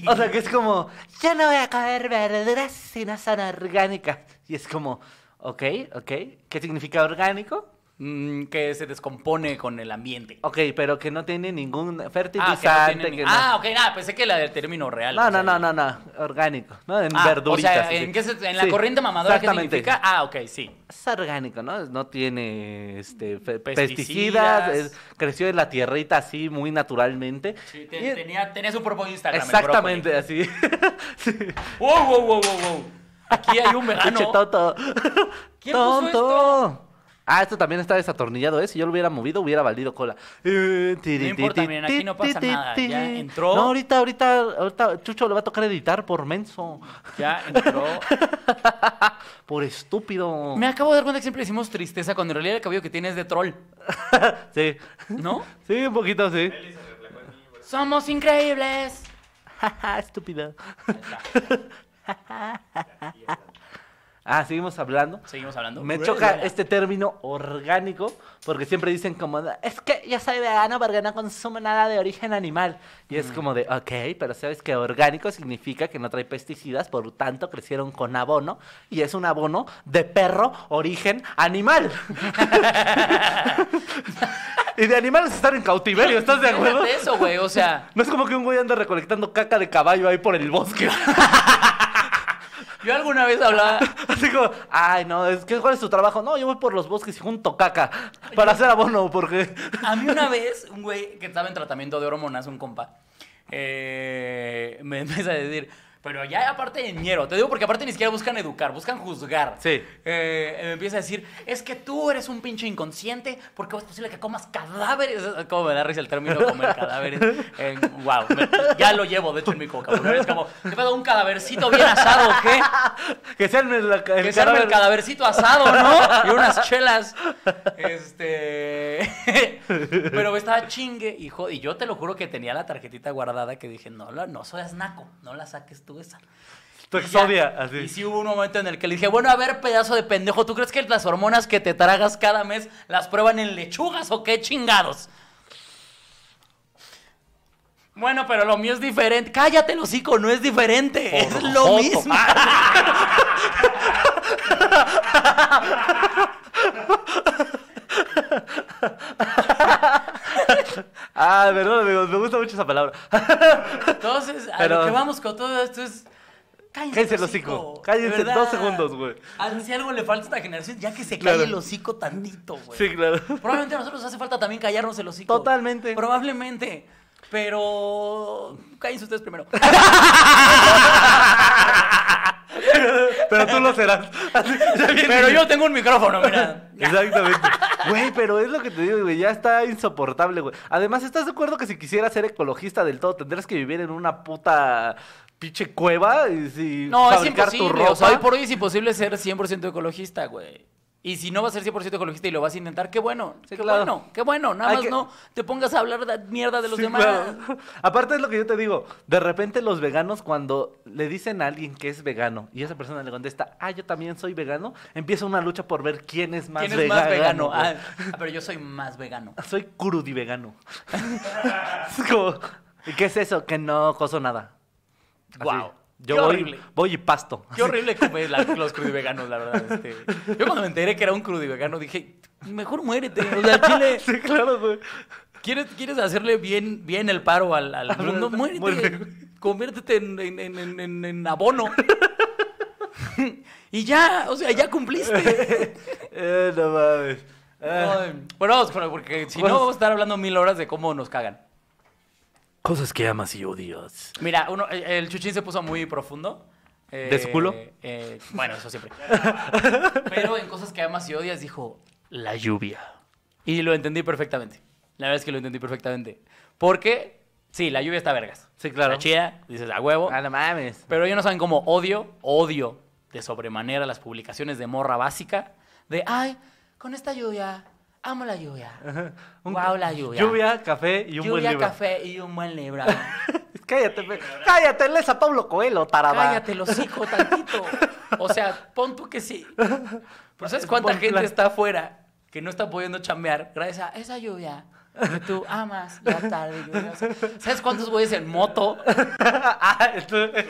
Speaker 2: O sea, que es como, yo no voy a comer verduras si no son orgánicas. Y es como, ok, ok, ¿qué significa orgánico?
Speaker 1: Mm, que se descompone con el ambiente.
Speaker 2: Ok, pero que no tiene ningún
Speaker 1: Ah, que no
Speaker 2: fertilizante.
Speaker 1: tiene ni-
Speaker 2: que no-
Speaker 1: ah, ok, nada, pensé que era del término real.
Speaker 2: no,
Speaker 1: o sea,
Speaker 2: no, no, no, no, orgánico, ¿no? En
Speaker 1: Ah,
Speaker 2: verduritas.
Speaker 1: O sea,
Speaker 2: así.
Speaker 1: ¿en, qué se- en la
Speaker 2: Sí,
Speaker 1: corriente mamadora que
Speaker 2: exactamente.
Speaker 1: significa? Ah, ok, sí.
Speaker 2: es orgánico, ¿no? No tiene este, fe-
Speaker 1: Pesticidas.
Speaker 2: pesticidas, es- creció en la tierrita así muy naturalmente.
Speaker 1: Sí, te-
Speaker 2: Y-
Speaker 1: tenía, tenía su propio Instagram. el
Speaker 2: exactamente
Speaker 1: brócoli.
Speaker 2: así. Sí.
Speaker 1: Wow, wow, wow, wow, wow. Aquí hay un
Speaker 2: Pinche
Speaker 1: vegano.
Speaker 2: tonto.
Speaker 1: ¿Quién puso esto?
Speaker 2: Ah, esto también está desatornillado, ¿eh? Si yo lo hubiera movido, hubiera valido cola. Eh, tiri,
Speaker 1: importa,
Speaker 2: tiri,
Speaker 1: miren, aquí no
Speaker 2: tiri,
Speaker 1: pasa
Speaker 2: tiri,
Speaker 1: nada,
Speaker 2: tiri.
Speaker 1: ya entró.
Speaker 2: No, ahorita, ahorita, ahorita Chucho le va a tocar editar por menso,
Speaker 1: Ya entró.
Speaker 2: por estúpido.
Speaker 1: Me acabo de dar cuenta que siempre decimos tristeza cuando en realidad el cabello que tiene es de troll,
Speaker 2: Sí,
Speaker 1: ¿no?
Speaker 2: sí, un poquito sí.
Speaker 1: Somos increíbles.
Speaker 2: Jaja, estúpida. ah, seguimos hablando.
Speaker 1: Seguimos hablando.
Speaker 2: Me choca este término orgánico porque siempre dicen como, es que yo soy vegano porque no consumo nada de origen animal. Y es como de, ok, pero sabes que orgánico significa que no trae pesticidas, por tanto crecieron con abono y es un abono de perro origen animal. y de animales están en cautiverio, ¿estás de acuerdo?
Speaker 1: Fíjate eso, güey, o sea,
Speaker 2: No es como que un güey anda recolectando caca de caballo ahí por el bosque.
Speaker 1: yo alguna vez hablaba
Speaker 2: Así como, ay, no, es que ¿cuál es tu trabajo? No, yo voy por los bosques y junto caca para hacer abono, porque.
Speaker 1: A mí una vez, un güey que estaba en tratamiento de hormonas, un compa, eh, me empieza a decir, pero ya aparte de ñero, te digo porque aparte ni siquiera buscan educar, buscan juzgar.
Speaker 2: Sí.
Speaker 1: Eh, me empieza a decir, es que tú eres un pinche inconsciente, porque cómo es posible que comas cadáveres. Como me da risa el término comer cadáveres. Eh, wow, me- ya lo llevo, de hecho, en mi vocabulario. Es como, ¿qué pedo, un cadavercito bien asado o qué?
Speaker 2: Que se arme la- el,
Speaker 1: Que se arme el
Speaker 2: cadáver.
Speaker 1: cadavercito asado, ¿no? Y unas chelas. Este. Pero estaba chingue, hijo. Y yo te lo juro que tenía la tarjetita guardada que dije, no, la- no seas naco, no la saques tú esa.
Speaker 2: Tu
Speaker 1: Y ya.
Speaker 2: exodia,
Speaker 1: Y
Speaker 2: así.
Speaker 1: sí hubo un momento en el que le dije, bueno, a ver, pedazo de pendejo, ¿tú crees que las hormonas que te tragas cada mes las prueban en lechugas o qué chingados? Bueno, pero lo mío es diferente. Cállate, el hocico, no es diferente. es lo
Speaker 2: joto. Ah.
Speaker 1: mismo.
Speaker 2: Ah, perdón, amigos, me gusta mucho esa palabra.
Speaker 1: Entonces, a
Speaker 2: Pero-
Speaker 1: lo que vamos con todo esto es. Cállense,
Speaker 2: Cállense el hocico. Cállense
Speaker 1: de verdad.
Speaker 2: dos segundos, güey.
Speaker 1: Ah, Si algo le falta a esta generación, ya que se
Speaker 2: Claro.
Speaker 1: calle el hocico tantito, güey.
Speaker 2: Sí, claro.
Speaker 1: Probablemente a nosotros nos hace falta también callarnos el hocico.
Speaker 2: Totalmente.
Speaker 1: Probablemente. Pero. Cállense ustedes primero.
Speaker 2: Pero tú lo serás. Así, ya viene.
Speaker 1: Pero yo tengo un micrófono, mira.
Speaker 2: Exactamente. Güey, pero es lo que te digo, güey. Ya está insoportable, güey. Además, ¿estás de acuerdo que si quisieras ser ecologista del todo, tendrás que vivir en una puta pinche cueva? Y si
Speaker 1: No, es
Speaker 2: fabricar tu
Speaker 1: imposible. O sea,
Speaker 2: ropa?
Speaker 1: hoy por hoy es imposible ser 100% ecologista, güey. Y si no vas a ser 100% ecologista y lo vas a intentar, qué bueno.
Speaker 2: Sí,
Speaker 1: qué
Speaker 2: claro.
Speaker 1: bueno, qué bueno. Nada
Speaker 2: Hay
Speaker 1: más
Speaker 2: que-
Speaker 1: no te pongas a hablar de mierda de los
Speaker 2: Sí,
Speaker 1: demás.
Speaker 2: claro. Aparte es lo que yo te digo. De repente los veganos cuando le dicen a alguien que es vegano y esa persona le contesta, ah, yo también soy vegano, empieza una lucha por ver quién es más
Speaker 1: ¿Quién es
Speaker 2: vegano.
Speaker 1: más vegano?
Speaker 2: güey.
Speaker 1: Ah, ah, pero yo soy más vegano.
Speaker 2: Soy crudivegano. es como, ¿y qué es eso? Que no coso nada. Así.
Speaker 1: Guau.
Speaker 2: Yo
Speaker 1: Qué
Speaker 2: voy,
Speaker 1: horrible.
Speaker 2: voy y pasto.
Speaker 1: Qué horrible comer la- los crudiveganos, la verdad. este. Yo cuando me enteré que era un crudivegano dije, mejor muérete. O sea, al chile,
Speaker 2: Sí, claro, güey.
Speaker 1: ¿quieres, quieres hacerle bien, bien el paro al, al mundo? Muérete.
Speaker 2: muérete.
Speaker 1: Conviértete en, en- en- en- en- en abono. y ya, o sea, ya cumpliste.
Speaker 2: Eh, no mames. Eh,
Speaker 1: Ay, bueno, vamos, pero porque si
Speaker 2: Bueno.
Speaker 1: no, vamos a estar hablando mil horas de cómo nos cagan.
Speaker 2: Cosas que amas y odias.
Speaker 1: Mira, uno, el, el chuchín se puso muy profundo. Eh,
Speaker 2: ¿De su culo?
Speaker 1: eh, bueno, eso siempre. Pero en cosas que amas y odias dijo la lluvia. Y lo entendí perfectamente. La verdad es que lo entendí perfectamente. Porque, sí, la lluvia está vergas.
Speaker 2: Sí, claro.
Speaker 1: Está chida, dices a huevo.
Speaker 2: Ah, no mames.
Speaker 1: Pero ellos no saben cómo odio, odio de sobremanera las publicaciones de morra básica. De, ay, con esta lluvia, amo la lluvia. Wow, la lluvia.
Speaker 2: Lluvia, café y un buen
Speaker 1: Lluvia,
Speaker 2: libro.
Speaker 1: café y un buen libro.
Speaker 2: Cállate, pe- cállate, lees a Pablo Coelho, tarada.
Speaker 1: Cállate los hocico tantito. O sea, pon tú que sí. Pero ¿sabes cuánta
Speaker 2: Buen
Speaker 1: gente
Speaker 2: plan.
Speaker 1: está afuera que no está pudiendo chambear gracias a esa lluvia que tú amas la tarde lluviosa? ¿Sabes cuántos güeyes en moto?
Speaker 2: ah, esto, es-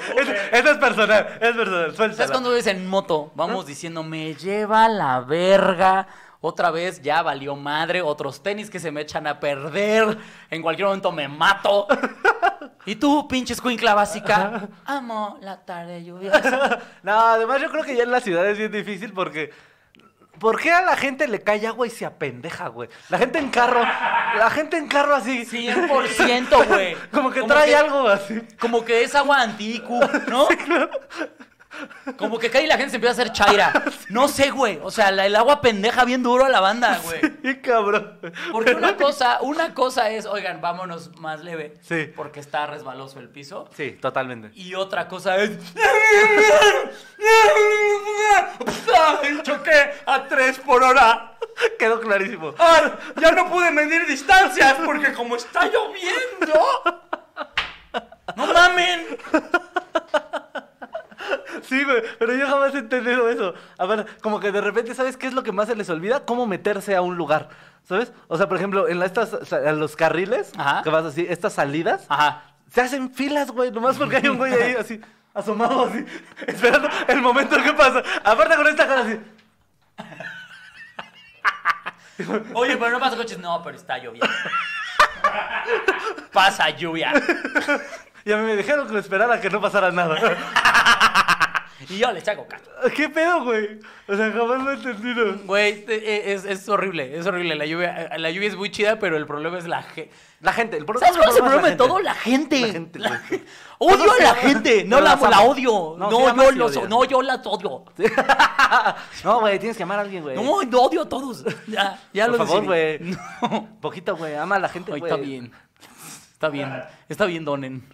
Speaker 2: esto es personal, es personal,
Speaker 1: ¿Sabes
Speaker 2: suéltala.
Speaker 1: cuántos güeyes en moto? Vamos diciendo, me lleva la verga. Otra vez ya valió madre. Otros tenis que se me echan a perder. En cualquier momento me mato. Y tú, pinche escuincla básica, amo la tarde lluviosa.
Speaker 2: No, además yo creo que ya en la ciudad es bien difícil porque... ¿Por qué a la gente le cae agua y se apendeja, güey? La gente en carro, la gente en carro así...
Speaker 1: 100%, güey.
Speaker 2: Como que trae algo así.
Speaker 1: Como que es agua anticu, ¿no? Como que cae y la gente se empieza a hacer chaira. No sé, güey. O sea, la- el agua pendeja bien duro a la banda, güey.
Speaker 2: Y cabrón.
Speaker 1: Porque una cosa, una cosa es, oigan, vámonos más leve.
Speaker 2: Sí.
Speaker 1: Porque está resbaloso el piso.
Speaker 2: Sí, totalmente.
Speaker 1: Y otra cosa es. Choqué a tres por hora.
Speaker 2: Quedó clarísimo.
Speaker 1: ¡Ah! Ya no pude medir distancias porque como está lloviendo. ¡No mamen!
Speaker 2: Sí, güey, pero yo jamás he entendido eso. A ver, como que de repente, ¿sabes qué es lo que más se les olvida? Cómo meterse a un lugar, ¿sabes? O sea, por ejemplo, en la- estas, o sea, en los carriles,
Speaker 1: Ajá.
Speaker 2: que vas así, estas salidas,
Speaker 1: Ajá.
Speaker 2: se hacen filas, güey, nomás porque hay un güey ahí así, asomado así, esperando el momento que pasa. Aparte con esta cara así,
Speaker 1: Oye, pero no pasa coches. No, pero está lloviendo. Pasa lluvia.
Speaker 2: y a mí me dijeron que lo esperara que no pasara nada.
Speaker 1: Y yo les hago caso.
Speaker 2: ¿Qué pedo, güey? O sea, jamás lo he entendido.
Speaker 1: Güey, e- es, es horrible, es horrible. La lluvia, la lluvia es muy chida, pero el problema es la gente.
Speaker 2: La gente, el problema
Speaker 1: ¿Sabes cuál es el problema de
Speaker 2: la
Speaker 1: todo?
Speaker 2: gente.
Speaker 1: La gente.
Speaker 2: La gente,
Speaker 1: La-
Speaker 2: güey.
Speaker 1: Odio
Speaker 2: Todos
Speaker 1: a la
Speaker 2: se aman,
Speaker 1: gente. No
Speaker 2: pero
Speaker 1: la,
Speaker 2: las
Speaker 1: la
Speaker 2: aman.
Speaker 1: odio. No,
Speaker 2: No, sí amas
Speaker 1: yo
Speaker 2: y
Speaker 1: los,
Speaker 2: odias.
Speaker 1: no, yo las odio.
Speaker 2: No, güey, tienes que amar a alguien, güey.
Speaker 1: No, yo odio a todos. Ya, ya
Speaker 2: Por
Speaker 1: lo
Speaker 2: favor, güey.
Speaker 1: decidí. No.
Speaker 2: Poquito, güey. Ama a la gente,
Speaker 1: Ay,
Speaker 2: güey.
Speaker 1: está bien. Está bien. Está bien, Donen.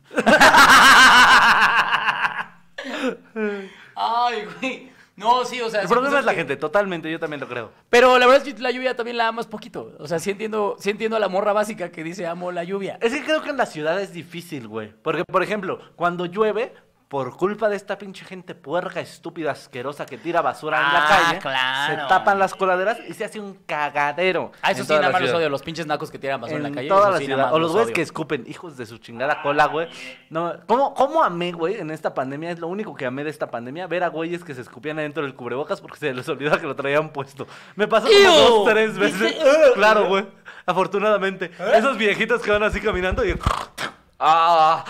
Speaker 1: Ay, güey. No, sí, o sea.
Speaker 2: El
Speaker 1: sí,
Speaker 2: problema
Speaker 1: pues,
Speaker 2: es la
Speaker 1: que-
Speaker 2: gente, totalmente, yo también lo creo.
Speaker 1: Pero la verdad es que la lluvia también la amas poquito. O sea, sí entiendo, sí entiendo a la morra básica que dice amo la lluvia.
Speaker 2: Es que creo que en la ciudad es difícil, güey. Porque, por ejemplo, cuando llueve, por culpa de esta pinche gente puerca, estúpida, asquerosa que tira basura en la
Speaker 1: Ah,
Speaker 2: calle,
Speaker 1: claro.
Speaker 2: se tapan las coladeras y se hace un cagadero.
Speaker 1: Ah, eso
Speaker 2: en
Speaker 1: sí,
Speaker 2: toda
Speaker 1: nada
Speaker 2: la
Speaker 1: más los
Speaker 2: ciudad.
Speaker 1: odio, los pinches nacos que tiran basura en, la calle.
Speaker 2: toda
Speaker 1: eso
Speaker 2: la
Speaker 1: sí, nada
Speaker 2: ciudad.
Speaker 1: más
Speaker 2: O los güeyes
Speaker 1: odio.
Speaker 2: que escupen, hijos de su chingada cola, güey. No, ¿cómo, ¿Cómo amé, güey, en esta pandemia? Es lo único que amé de esta pandemia. Ver a güeyes que se escupían adentro del cubrebocas porque se les olvidaba que lo traían puesto. Me pasó como
Speaker 1: ¡Ew!
Speaker 2: dos, tres veces.
Speaker 1: ¿Viste? ¡Ew!
Speaker 2: Claro, güey. Afortunadamente. Esos viejitos que van así caminando y... ¡Ah!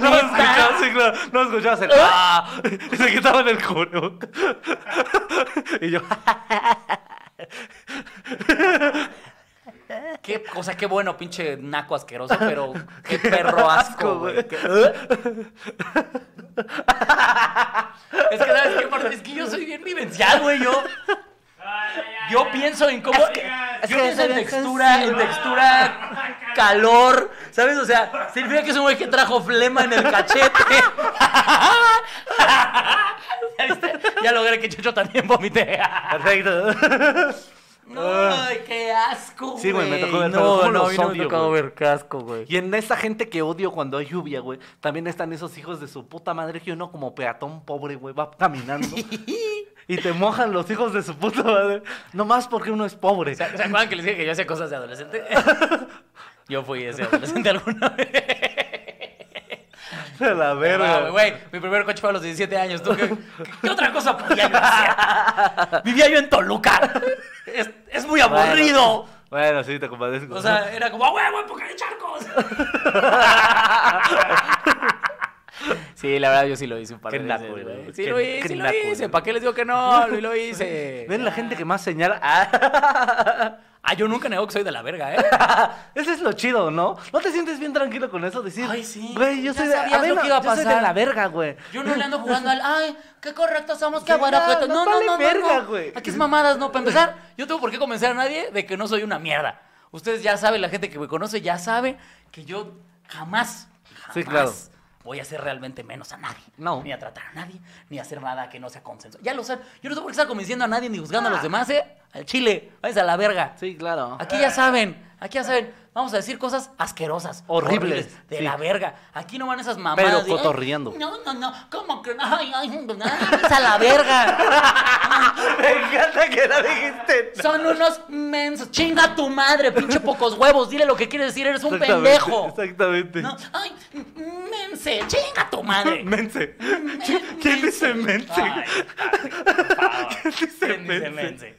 Speaker 2: no escuchabas, sí, claro. No escuchabas
Speaker 1: ¿Eh?
Speaker 2: el... ¡Ah! Y se quitaban el cubrebocas. y yo...
Speaker 1: Qué, o sea, qué bueno, pinche naco asqueroso, pero qué perro asco, güey. Qué- ¿Eh? Es que, ¿sabes qué, Marta? Es que yo soy bien vivencial, güey, yo. Yo pienso en cómo...
Speaker 2: es
Speaker 1: yo
Speaker 2: que
Speaker 1: pienso en
Speaker 2: soy bien
Speaker 1: textura, en
Speaker 2: sensible.
Speaker 1: textura, calor, ¿sabes? O sea, significa que es un güey que trajo flema en el cachete. ¿Ya viste? Ya logré que Chucho también vomite.
Speaker 2: Perfecto.
Speaker 1: No, ay, qué asco, Ah. güey.
Speaker 2: Sí, güey, me tocó ver, pero
Speaker 1: No,
Speaker 2: ¿cómo
Speaker 1: no,
Speaker 2: los
Speaker 1: a mí no me
Speaker 2: odio,
Speaker 1: tocó
Speaker 2: güey?
Speaker 1: ver casco, güey.
Speaker 2: Y en esa gente que odio cuando hay lluvia, güey, también están esos hijos de su puta madre que uno como peatón pobre, güey, va caminando y te mojan los hijos de su puta madre, nomás porque uno es pobre.
Speaker 1: ¿Se se acuerdan que les dije que yo hacía cosas de adolescente? Yo fui ese adolescente alguna vez.
Speaker 2: De la
Speaker 1: Ah,
Speaker 2: verga.
Speaker 1: Güey, mi primer coche fue a los 17 años. ¿Tú qué, qué- qué otra cosa podía yo hacer? Vivía yo en Toluca. Es, es muy
Speaker 2: Bueno,
Speaker 1: aburrido.
Speaker 2: Bueno, sí, te compadezco.
Speaker 1: O sea, era como, ¡ah, huevo, época de charcos! Sí, la verdad yo sí lo hice un par
Speaker 2: Qué
Speaker 1: de
Speaker 2: naco,
Speaker 1: veces, güey.
Speaker 2: güey.
Speaker 1: Sí
Speaker 2: Qué-
Speaker 1: lo hice,
Speaker 2: qué
Speaker 1: sí lo
Speaker 2: naco,
Speaker 1: hice.
Speaker 2: güey.
Speaker 1: ¿Para qué les digo que no? Lo lo hice.
Speaker 2: ven la gente que más señala. Ah,
Speaker 1: Ah, yo nunca nego que soy de la verga, ¿eh?
Speaker 2: ese es lo chido, ¿no? ¿No te sientes bien tranquilo con eso? Decir,
Speaker 1: Ay, sí.
Speaker 2: Güey, yo
Speaker 1: Ya
Speaker 2: soy de,
Speaker 1: sabías
Speaker 2: mí
Speaker 1: lo
Speaker 2: no-
Speaker 1: que iba a
Speaker 2: yo soy de
Speaker 1: pasar.
Speaker 2: la verga, güey.
Speaker 1: Yo no le ando jugando al, ay, qué correctos somos, qué
Speaker 2: Sí,
Speaker 1: guarapetos.
Speaker 2: no, nos
Speaker 1: No, no,
Speaker 2: vale
Speaker 1: no,
Speaker 2: verga,
Speaker 1: no, no.
Speaker 2: güey.
Speaker 1: Aquí es mamadas, no. Para empezar, yo tengo por qué convencer a nadie de que no soy una mierda. Ustedes ya saben, la gente que me conoce ya sabe que yo jamás, jamás
Speaker 2: Sí, claro.
Speaker 1: voy a ser realmente menos a nadie.
Speaker 2: No.
Speaker 1: Ni a tratar a nadie, ni a hacer nada que no sea consenso. Ya lo saben. Yo no tengo por qué estar convenciendo a nadie ni juzgando a
Speaker 2: Ah.
Speaker 1: los demás, ¿eh? Al chile, váyanse a la verga.
Speaker 2: Sí, claro.
Speaker 1: Aquí ya saben, aquí ya saben. Vamos a decir cosas asquerosas, horribles,
Speaker 2: Horribles,
Speaker 1: de
Speaker 2: sí.
Speaker 1: la verga. Aquí no van esas mamadas.
Speaker 2: Pero
Speaker 1: de, "Ay,
Speaker 2: cotorreando".
Speaker 1: No, no, no. ¿Cómo que no? Ay, ay, no, no, es a la verga.
Speaker 2: Me encanta que la dijiste.
Speaker 1: Son unos mensos. Chinga tu madre, pinche pocos huevos. Dile lo que quieres decir, eres un
Speaker 2: Exactamente,
Speaker 1: pendejo.
Speaker 2: Exactamente.
Speaker 1: No, ay, mense, chinga tu madre.
Speaker 2: Mense. ¿Quién dice mense?
Speaker 1: Ay,
Speaker 2: ¿Quién dice
Speaker 1: ¿Quién
Speaker 2: mense?
Speaker 1: dice mense?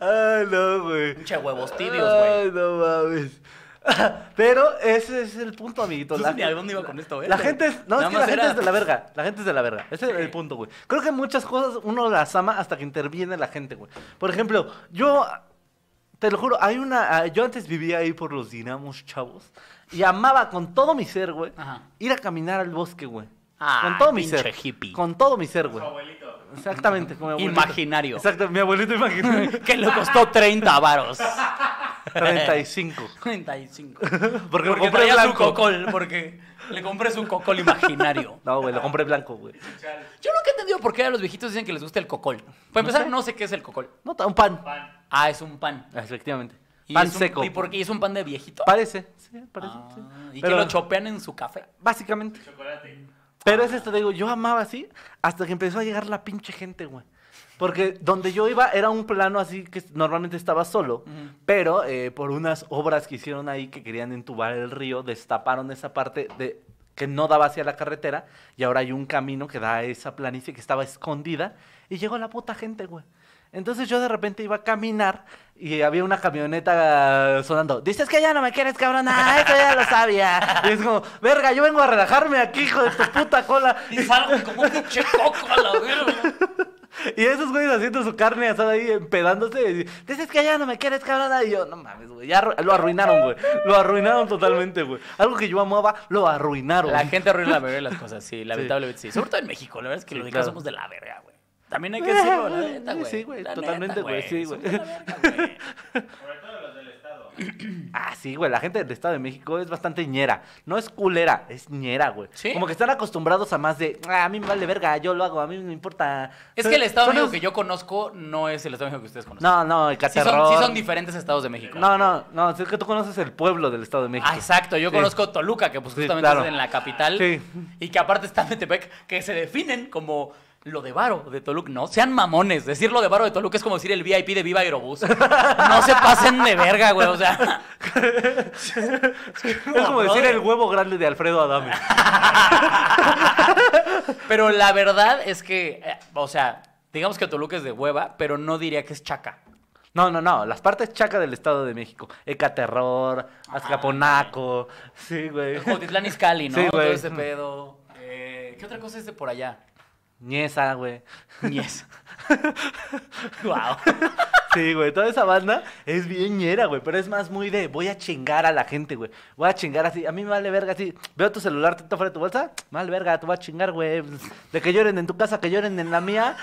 Speaker 2: Ay, no, güey.
Speaker 1: Pinche huevos tibios, güey.
Speaker 2: Ay, no mames. Pero ese es el punto, amiguitos.
Speaker 1: No sé ni a dónde iba con esto, ¿eh?
Speaker 2: La gente es. No,
Speaker 1: Nada
Speaker 2: es que
Speaker 1: más
Speaker 2: la gente
Speaker 1: era-
Speaker 2: es de la verga. La gente es de la verga. Ese es
Speaker 1: Sí.
Speaker 2: el punto, güey. Creo que muchas cosas uno las ama hasta que interviene la gente, güey. Por ejemplo, yo. Te lo juro, hay una. ah, Yo antes vivía ahí por los dinamos, chavos. Y amaba con todo mi ser, güey.
Speaker 1: Ajá.
Speaker 2: Ir a caminar al bosque, güey.
Speaker 1: Ah,
Speaker 2: con todo mi
Speaker 1: pinche
Speaker 2: ser.
Speaker 1: hippie.
Speaker 2: Con todo mi ser, güey.
Speaker 3: abuelito.
Speaker 2: Exactamente, como mi abuelito.
Speaker 1: Imaginario.
Speaker 2: Exacto, mi abuelito imaginario.
Speaker 1: Que le costó 30 varos.
Speaker 2: 35.
Speaker 1: 35.
Speaker 2: Porque lo
Speaker 1: Porque
Speaker 2: compré
Speaker 1: traía su
Speaker 2: blanco.
Speaker 1: cocol, porque le compré su cocol imaginario.
Speaker 2: No, güey, lo compré blanco, güey.
Speaker 1: Yo nunca he entendido por qué a los viejitos dicen que les gusta el cocol. Para empezar, no sé qué es el cocol.
Speaker 2: No, un pan.
Speaker 3: Pan.
Speaker 1: Ah, es un pan.
Speaker 2: Efectivamente.
Speaker 1: Y
Speaker 2: pan
Speaker 1: es un-
Speaker 2: seco.
Speaker 1: ¿Y por qué? ¿Y es un pan de viejito?
Speaker 2: Parece. Sí, parece.
Speaker 1: Ah,
Speaker 2: sí.
Speaker 1: ¿Y
Speaker 2: Pero-
Speaker 1: que lo chopean en su café?
Speaker 2: Básicamente.
Speaker 3: Chocolate.
Speaker 2: Pero es esto, te digo, yo amaba así hasta que empezó a llegar la pinche gente, güey. Porque donde yo iba era un plano así que normalmente estaba solo, pero eh, por unas obras que hicieron ahí que querían entubar el río, destaparon esa parte de que no daba hacia la carretera y ahora hay un camino que da a esa planicie que estaba escondida y llegó la puta gente, güey. Entonces yo de repente iba a caminar y había una camioneta sonando. Dices que ya no me quieres, cabrona. Eso ya lo sabía. Y es como, verga, yo vengo a relajarme aquí, hijo de tu puta cola.
Speaker 1: Y salgo como un pinche coco a la verga.
Speaker 2: Y esos güeyes haciendo su carne asada ahí, empedándose. y Dices que ya no me quieres, cabrona. Y yo, no mames, güey. Ya arru- lo arruinaron, güey. Lo arruinaron totalmente, güey. Algo que yo amaba, lo arruinaron.
Speaker 1: La gente arruina la mayoría de las cosas, sí, lamentablemente sí. Sobre todo en México, la verdad es que
Speaker 2: Sí,
Speaker 1: los mexicanos
Speaker 2: claro.
Speaker 1: somos de la verga, güey. También hay que decirlo, la neta,
Speaker 2: Sí,
Speaker 1: güey.
Speaker 2: sí, güey,
Speaker 1: La
Speaker 2: totalmente,
Speaker 1: neta,
Speaker 2: güey, sí,
Speaker 1: somos
Speaker 2: güey.
Speaker 1: de la verga, güey.
Speaker 3: Sobre todo los del Estado.
Speaker 2: Ah, sí, güey. La gente del Estado de México es bastante ñera. No es culera, es ñera, güey.
Speaker 1: ¿Sí?
Speaker 2: Como que están acostumbrados a más de, "Ah, a mí me vale verga, yo lo hago, a mí no me importa.
Speaker 1: Es
Speaker 2: Son-
Speaker 1: que el Estado de
Speaker 2: son
Speaker 1: México
Speaker 2: esos-
Speaker 1: que yo conozco no es el Estado de México que ustedes conocen.
Speaker 2: No, no, el
Speaker 1: sí, son,
Speaker 2: caterrón.
Speaker 1: sí son diferentes estados de México.
Speaker 2: No, no, no, es que tú conoces el pueblo del Estado de México.
Speaker 1: Ah, exacto. Yo
Speaker 2: Sí.
Speaker 1: conozco Toluca, que pues
Speaker 2: Sí,
Speaker 1: justamente
Speaker 2: claro.
Speaker 1: es en la capital.
Speaker 2: Sí.
Speaker 1: Y que aparte está Metepec, que se definen como lo de varo de Toluca. No, sean mamones. Decir lo de varo de Toluca es como decir el VIP de Viva Aerobús. No se pasen de verga, güey. O sea,
Speaker 2: Es como decir
Speaker 1: brother.
Speaker 2: el huevo grande de Alfredo Adame.
Speaker 1: pero la verdad es que, eh, o sea, digamos que Toluca es de hueva, pero no diría que es chaca.
Speaker 2: No, no, no, las partes chacas del Estado de México. Ecaterror,
Speaker 1: Ah,
Speaker 2: Azcaponaco. Sí, güey.
Speaker 1: Jotitlán Izcalli, ¿no?
Speaker 2: Sí, güey.
Speaker 1: Todo ese pedo. Eh, ¿Qué otra cosa es de por allá?
Speaker 2: Niesa, güey.
Speaker 1: Yes. wow.
Speaker 2: Sí, güey, toda esa banda es bien ñera, güey, pero es más muy de voy a chingar a la gente, güey. Voy a chingar así, a mí me vale verga así. Veo tu celular, te fuera de tu bolsa, me vale verga, tú vas a chingar, güey. De que lloren en tu casa, que lloren en la mía.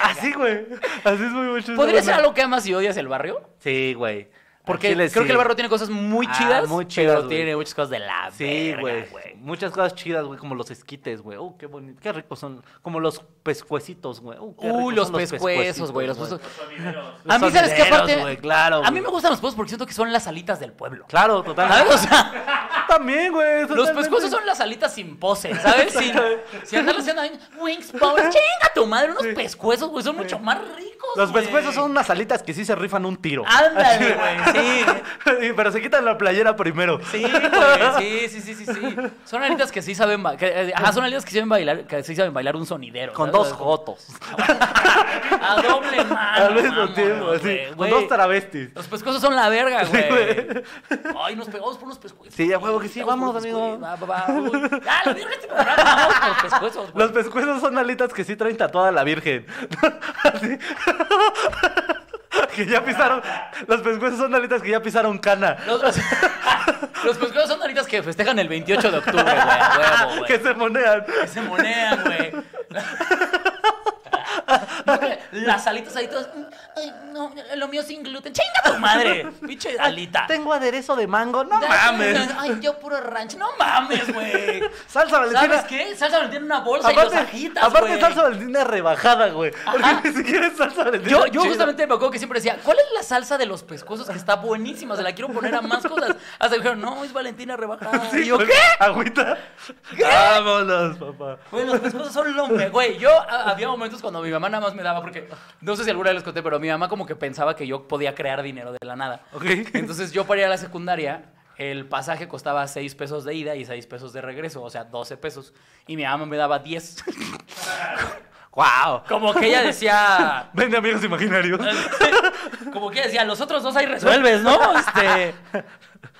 Speaker 2: así, güey. Así es muy mucho. esa
Speaker 1: ¿Podría ser
Speaker 2: banda.
Speaker 1: algo que amas y odias el barrio?
Speaker 2: Sí, güey.
Speaker 1: Porque
Speaker 2: Pues Al chile
Speaker 1: creo
Speaker 2: sí.
Speaker 1: que el barrio tiene cosas muy
Speaker 2: Ah,
Speaker 1: chidas,
Speaker 2: muy chidas,
Speaker 1: pero
Speaker 2: güey.
Speaker 1: tiene muchas cosas de la
Speaker 2: Sí,
Speaker 1: verga,
Speaker 2: güey. Muchas cosas chidas, güey, como los esquites, güey. Oh, qué bonito, qué ricos son. Como los pescuecitos, güey. Uh, qué ricos
Speaker 1: Uy, los
Speaker 2: son
Speaker 1: pescuezos, güey, los pescuezos.
Speaker 3: Los sonideros.
Speaker 1: A mí, ¿sabes qué
Speaker 2: sonideros,
Speaker 1: aparte?
Speaker 2: güey, claro,
Speaker 1: a mí
Speaker 2: güey.
Speaker 1: me gustan los pescuezos porque siento que son las alitas del pueblo.
Speaker 2: Claro,
Speaker 1: ¿Sabes?
Speaker 2: totalmente.
Speaker 1: O sea,
Speaker 2: También, güey.
Speaker 1: los
Speaker 2: totalmente.
Speaker 1: pescuezos son las alitas sin pose, ¿sabes? Sin, sin andar haciendo ahí, wings, bones, chinga tu madre, unos pescuezos, güey, son mucho más ricos,
Speaker 2: Los
Speaker 1: güey. Ah,
Speaker 2: pescuezos son unas alitas que sí se rifan un tiro.
Speaker 1: Ándale, güey, sí.
Speaker 2: Sí, Pero se quitan la playera primero.
Speaker 1: Sí, güey, sí, sí, sí, sí, sí. Son alitas que sí saben, ba- que, eh, ajá, son alitas que saben bailar, que sí saben bailar un sonidero.
Speaker 2: Con
Speaker 1: ¿sabes?
Speaker 2: dos jotos.
Speaker 1: A doble mano.
Speaker 2: Al mismo
Speaker 1: vámonos,
Speaker 2: tiempo,
Speaker 1: güey,
Speaker 2: así. Con
Speaker 1: güey.
Speaker 2: dos travestis.
Speaker 1: Los pescuezos son la verga, güey.
Speaker 2: güey.
Speaker 1: Ay, nos pegamos por unos pescuezos.
Speaker 2: Sí, a huevo que sí,
Speaker 1: Pegamos por
Speaker 2: vamos,
Speaker 1: unos pescuezos. Va, va, va, uy. Ya, la verga este programa, vamos por los pescuezos, güey.
Speaker 2: Los pescuezos son alitas que sí traen tatuada a la Virgen. Así. que ya pisaron. Los pescuezos son alitas que ya pisaron cana.
Speaker 1: Los, los, los pescuezos son naritas que festejan el 28 de octubre, güey. a Huevo, güey.
Speaker 2: que se monean.
Speaker 1: Que se monean, güey. Las alitas ahí todas. "Mm, Ay, no, lo mío sin gluten. ¡Chinga tu madre! Pinche alita.
Speaker 2: Ah, Tengo aderezo de mango. No mames.
Speaker 1: Ay, yo puro ranch. No mames, güey.
Speaker 2: Salsa valentina.
Speaker 1: ¿Sabes qué? Salsa Valentina en una bolsa y los agitas,
Speaker 2: aparte
Speaker 1: güey.
Speaker 2: salsa valentina rebajada, güey.
Speaker 1: Ajá.
Speaker 2: Porque ni siquiera es salsa valentina.
Speaker 1: Yo, yo
Speaker 2: chida.
Speaker 1: justamente me acuerdo que siempre decía, ¿cuál es la salsa de los pescosos que está buenísima? Se la quiero poner a más cosas. Hasta que dijeron, no, es Valentina rebajada.
Speaker 2: Sí,
Speaker 1: y yo,
Speaker 2: güey.
Speaker 1: ¿qué?
Speaker 2: Agüita. Vámonos, papá.
Speaker 1: Güey, los pescosos son lo mejor. Güey, yo a- había momentos cuando mi mamá nada más me daba, porque no sé si alguna vez les conté, pero mi mamá como que pensaba que yo podía crear dinero de la nada.
Speaker 2: Ok.
Speaker 1: Entonces yo para ir a la secundaria, el pasaje costaba 6 pesos de ida y 6 pesos de regreso, o sea, 12 pesos. Y mi mamá me daba 10.
Speaker 2: Wow.
Speaker 1: Como que ella decía,
Speaker 2: Vende amigos imaginarios.
Speaker 1: Como que decía, los otros dos ahí resuelves, ¿no? Este,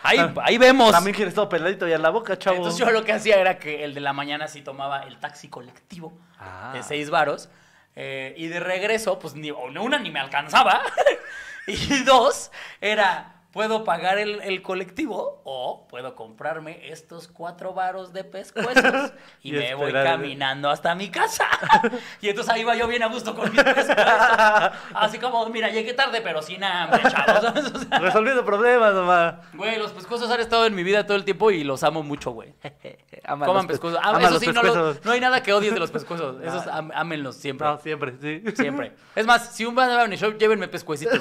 Speaker 1: ahí, ahí vemos.
Speaker 2: También quieres todo peladito y a la boca, chavo.
Speaker 1: Entonces yo lo que hacía era que el de la mañana sí tomaba el taxi colectivo
Speaker 2: Ah.
Speaker 1: de seis varos. eh, y de regreso, pues ni o- una ni me alcanzaba. y dos, era puedo pagar el, el colectivo o puedo comprarme estos cuatro varos de pescuezos y,
Speaker 2: Y
Speaker 1: me voy
Speaker 2: esperar, ¿eh?
Speaker 1: caminando hasta mi casa. y entonces ahí va yo bien a gusto con mis pescuezos. Así como, mira, llegué tarde, pero sin hambre, chavos. O sea,
Speaker 2: Resolviendo problemas, mamá.
Speaker 1: Güey, los pescuezos han estado en mi vida todo el tiempo y los amo mucho, güey.
Speaker 2: Eh, Ama los
Speaker 1: Coman
Speaker 2: pes-
Speaker 1: pescuezos. Ah,
Speaker 2: ama
Speaker 1: eso
Speaker 2: los
Speaker 1: sí, no, los-
Speaker 2: pescuezos.
Speaker 1: no hay nada que odies de los pescuezos. Esos am- ámenlos siempre.
Speaker 2: No, siempre, sí.
Speaker 1: Siempre. Es más, si un van a venir show, llévenme pescuecitos.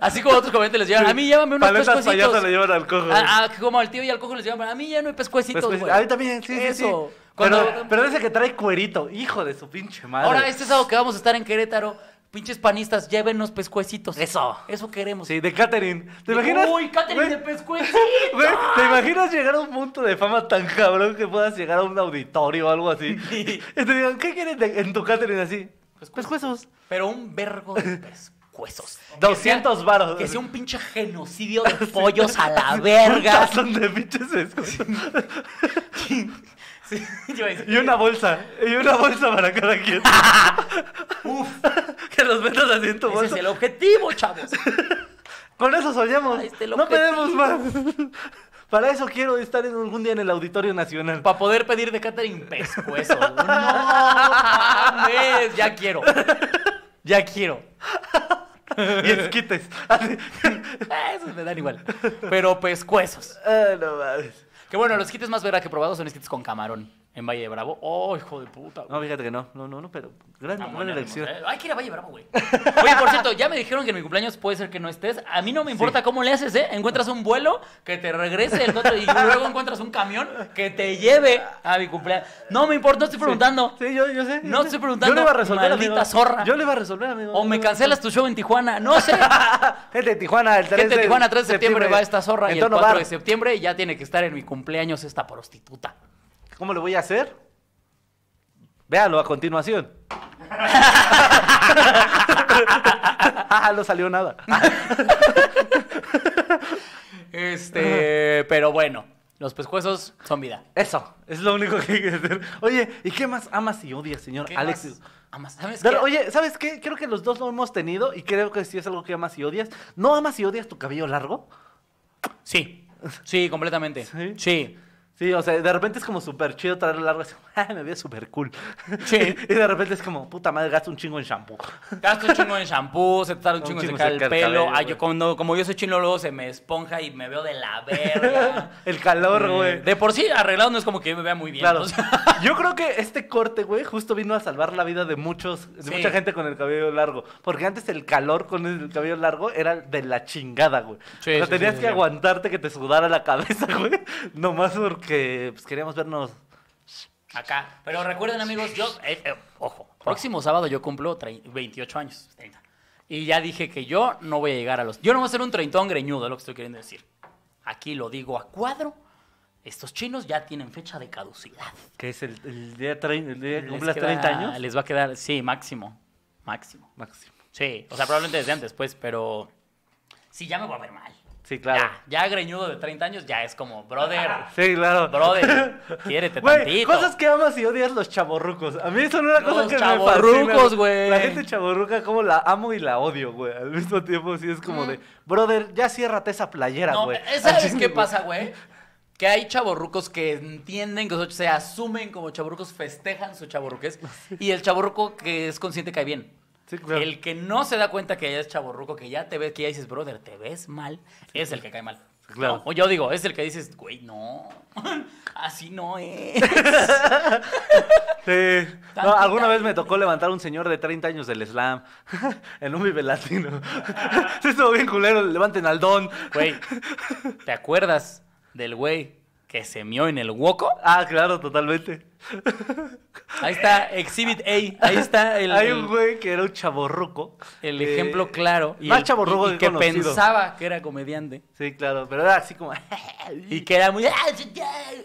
Speaker 1: Así como otros comediantes les llevan. A mí llévame unos
Speaker 2: Paletas payasas
Speaker 1: pescuecitos.
Speaker 2: le llevan al cojo.
Speaker 1: A- a- como al tío y al cojo les llevan. A mí ya no hay pescuecitos,
Speaker 2: Pescuecitos.
Speaker 1: güey.
Speaker 2: A mí también, sí, sí, sí.
Speaker 1: Eso. Cuando-
Speaker 2: Pero, pero ese que trae cuerito, hijo de su pinche madre.
Speaker 1: Ahora, este sábado que vamos a estar en Querétaro, pinches panistas, llévennos pescuecitos.
Speaker 2: Eso.
Speaker 1: Eso queremos.
Speaker 2: Sí, de Catherine. ¿Te imaginas?
Speaker 1: Uy, Catherine
Speaker 2: Güey,
Speaker 1: de pescuecitos.
Speaker 2: güey, ¿Te imaginas llegar a un punto de fama tan cabrón que puedas llegar a un auditorio o algo así?
Speaker 1: Sí.
Speaker 2: Y te digan, ¿qué quieres de- en tu Catherine así? Pescuezos.
Speaker 1: Pero un vergo de pescuezos.
Speaker 2: 200
Speaker 1: Que sea-
Speaker 2: varos.
Speaker 1: Que sea un pinche genocidio de pollos a la verga.
Speaker 2: Un tazón de pinches pescuezos.
Speaker 1: Sí, yo iba a decir.
Speaker 2: Y una bolsa. Y una bolsa para cada quien.
Speaker 1: Uf,
Speaker 2: que los metas así en tu
Speaker 1: ese
Speaker 2: bolsa.
Speaker 1: es el objetivo, chavos.
Speaker 2: Con eso soñamos.
Speaker 1: Ahí está el
Speaker 2: no
Speaker 1: objetivo.
Speaker 2: pedimos más. Para eso quiero estar en algún día en el Auditorio Nacional.
Speaker 1: Para poder pedir de Catherine pescuezos. No mames, ya quiero. Ya quiero.
Speaker 2: y esquites. Así.
Speaker 1: Ah, Esos me dan igual. Pero pescuezos.
Speaker 2: Ah, no mames.
Speaker 1: Que bueno, los kits más verga que he probado son kits con camarón en Valle de Bravo. Oh, hijo de puta. güey.
Speaker 2: No, fíjate que no. No, no, no, pero. Gran,
Speaker 1: Está
Speaker 2: Ah, buena
Speaker 1: buena,
Speaker 2: elección.
Speaker 1: hermosa, ¿eh? Hay que ir a Valle Bravo, güey. Oye, por cierto, ya me dijeron que en mi cumpleaños puede ser que no estés. A mí no me importa cómo le haces, ¿eh? Encuentras un vuelo que te regrese el otro y luego encuentras un camión que te lleve a mi cumpleaños. No me importa, no estoy preguntando.
Speaker 2: Sí, yo, yo sé. yo
Speaker 1: No
Speaker 2: sé.
Speaker 1: estoy preguntando,
Speaker 2: Yo le iba a resolver,
Speaker 1: maldita
Speaker 2: amigo.
Speaker 1: zorra.
Speaker 2: Yo le iba a resolver, amigo.
Speaker 1: O me cancelas tu show en Tijuana, no sé.
Speaker 2: Gente de Tijuana, el 3
Speaker 1: Gente de
Speaker 2: de
Speaker 1: Tijuana, 3 de septiembre va esta zorra
Speaker 2: en
Speaker 1: y el
Speaker 2: tono
Speaker 1: 4
Speaker 2: bar.
Speaker 1: de septiembre ya tiene que estar en mi cumpleaños esta prostituta.
Speaker 2: ¿Cómo lo voy a hacer? Véalo a continuación. Ah, no salió nada.
Speaker 1: Este, pero bueno, los pescuezos son vida.
Speaker 2: Eso, es lo único que hay que hacer. Oye, ¿y qué más amas y odias, señor
Speaker 1: ¿Qué
Speaker 2: Alex?
Speaker 1: más amas? ¿Sabes
Speaker 2: Pero,
Speaker 1: qué?
Speaker 2: oye, ¿sabes qué? Creo que los dos lo hemos tenido y creo que sí es algo que amas y odias. ¿No amas y odias tu cabello largo?
Speaker 1: Sí, sí, completamente.
Speaker 2: ¿Sí?
Speaker 1: sí.
Speaker 2: Sí, o sea, de repente es como súper chido traerlo largo, así, "Ah, me veo súper cool.
Speaker 1: Sí.
Speaker 2: y de repente es como, puta madre, gasto un chingo en shampoo.
Speaker 1: Gasto un chingo en shampoo, se te tarda un
Speaker 2: Un
Speaker 1: chingo en
Speaker 2: chingo
Speaker 1: secar el
Speaker 2: secar el
Speaker 1: pelo.
Speaker 2: cabello,
Speaker 1: Ah,
Speaker 2: güey.
Speaker 1: yo cuando- como yo soy chino, luego se me esponja y me veo de la verga.
Speaker 2: El calor, güey.
Speaker 1: Ah. Eh, De por sí, arreglado no es como que yo me vea muy bien.
Speaker 2: Claro.
Speaker 1: o sea.
Speaker 2: Yo creo que este corte, güey, justo vino a salvar la vida de muchos, de
Speaker 1: Sí.
Speaker 2: mucha gente con el cabello largo. Porque antes el calor con el cabello largo era de la chingada, güey.
Speaker 1: Sí,
Speaker 2: o sea,
Speaker 1: sí,
Speaker 2: tenías
Speaker 1: sí, sí,
Speaker 2: que
Speaker 1: sí.
Speaker 2: aguantarte que te sudara la cabeza, güey. Nomás porque pues, queríamos vernos.
Speaker 1: Acá. Pero recuerden, amigos, yo. eh, eh, ojo. Próximo sábado yo cumplo tre- 28 años. 30. Y ya dije que yo no voy a llegar a los. Yo no voy a ser un treintón greñudo, es lo que estoy queriendo decir. Aquí lo digo a cuadro. Estos chinos ya tienen fecha de caducidad.
Speaker 2: Que es el, el día, trein- el día que
Speaker 1: Les
Speaker 2: cumplas
Speaker 1: queda-
Speaker 2: 30 años.
Speaker 1: Les va a quedar, sí, máximo. Máximo.
Speaker 2: Máximo.
Speaker 1: Sí, o sea, probablemente desde antes, pues, pero. Sí, ya me voy a ver mal.
Speaker 2: Sí, claro. Ah,
Speaker 1: Ya, ya greñudo de 30 años ya es como, brother,
Speaker 2: Sí, claro.
Speaker 1: brother, quiérete
Speaker 2: Güey,
Speaker 1: tantito.
Speaker 2: cosas que amas y odias los chaborrucos. A mí eso no es una
Speaker 1: Los
Speaker 2: cosa que me
Speaker 1: chavorrucos,
Speaker 2: fascina,
Speaker 1: güey.
Speaker 2: La gente chaborruca como la amo y la odio, güey. Al mismo tiempo sí es como de, brother, ya ciérrate esa playera,
Speaker 1: No,
Speaker 2: güey.
Speaker 1: eh, ¿sabes qué pasa, güey? Que hay chaborrucos que entienden, que se asumen como chaborrucos, festejan su chaborruques. Y el chaborruco que es consciente cae bien.
Speaker 2: Sí, claro.
Speaker 1: El que no se da cuenta que ya es chaborruco, que ya te ves, que ya dices, brother, te ves mal, es el que cae mal.
Speaker 2: Claro.
Speaker 1: No, yo digo, es el que dices, güey, no, así no es.
Speaker 2: Sí. No,
Speaker 1: Tantita-
Speaker 2: alguna vez me tocó levantar a un señor de 30 años del slam en un vive latino. sí, estuvo bien culero, levanten al don.
Speaker 1: Güey, ¿te acuerdas del güey que se mió en el hueco?
Speaker 2: Ah, claro, totalmente.
Speaker 1: Ahí está, Exhibit A, ahí está el...
Speaker 2: Hay un güey que era un chaborruco.
Speaker 1: El
Speaker 2: eh,
Speaker 1: ejemplo claro.
Speaker 2: más
Speaker 1: el-
Speaker 2: chavorruco
Speaker 1: y- y
Speaker 2: que
Speaker 1: que
Speaker 2: conocido.
Speaker 1: pensaba que era comediante.
Speaker 2: Sí, claro, pero era así como...
Speaker 1: Y que era muy. "Ah,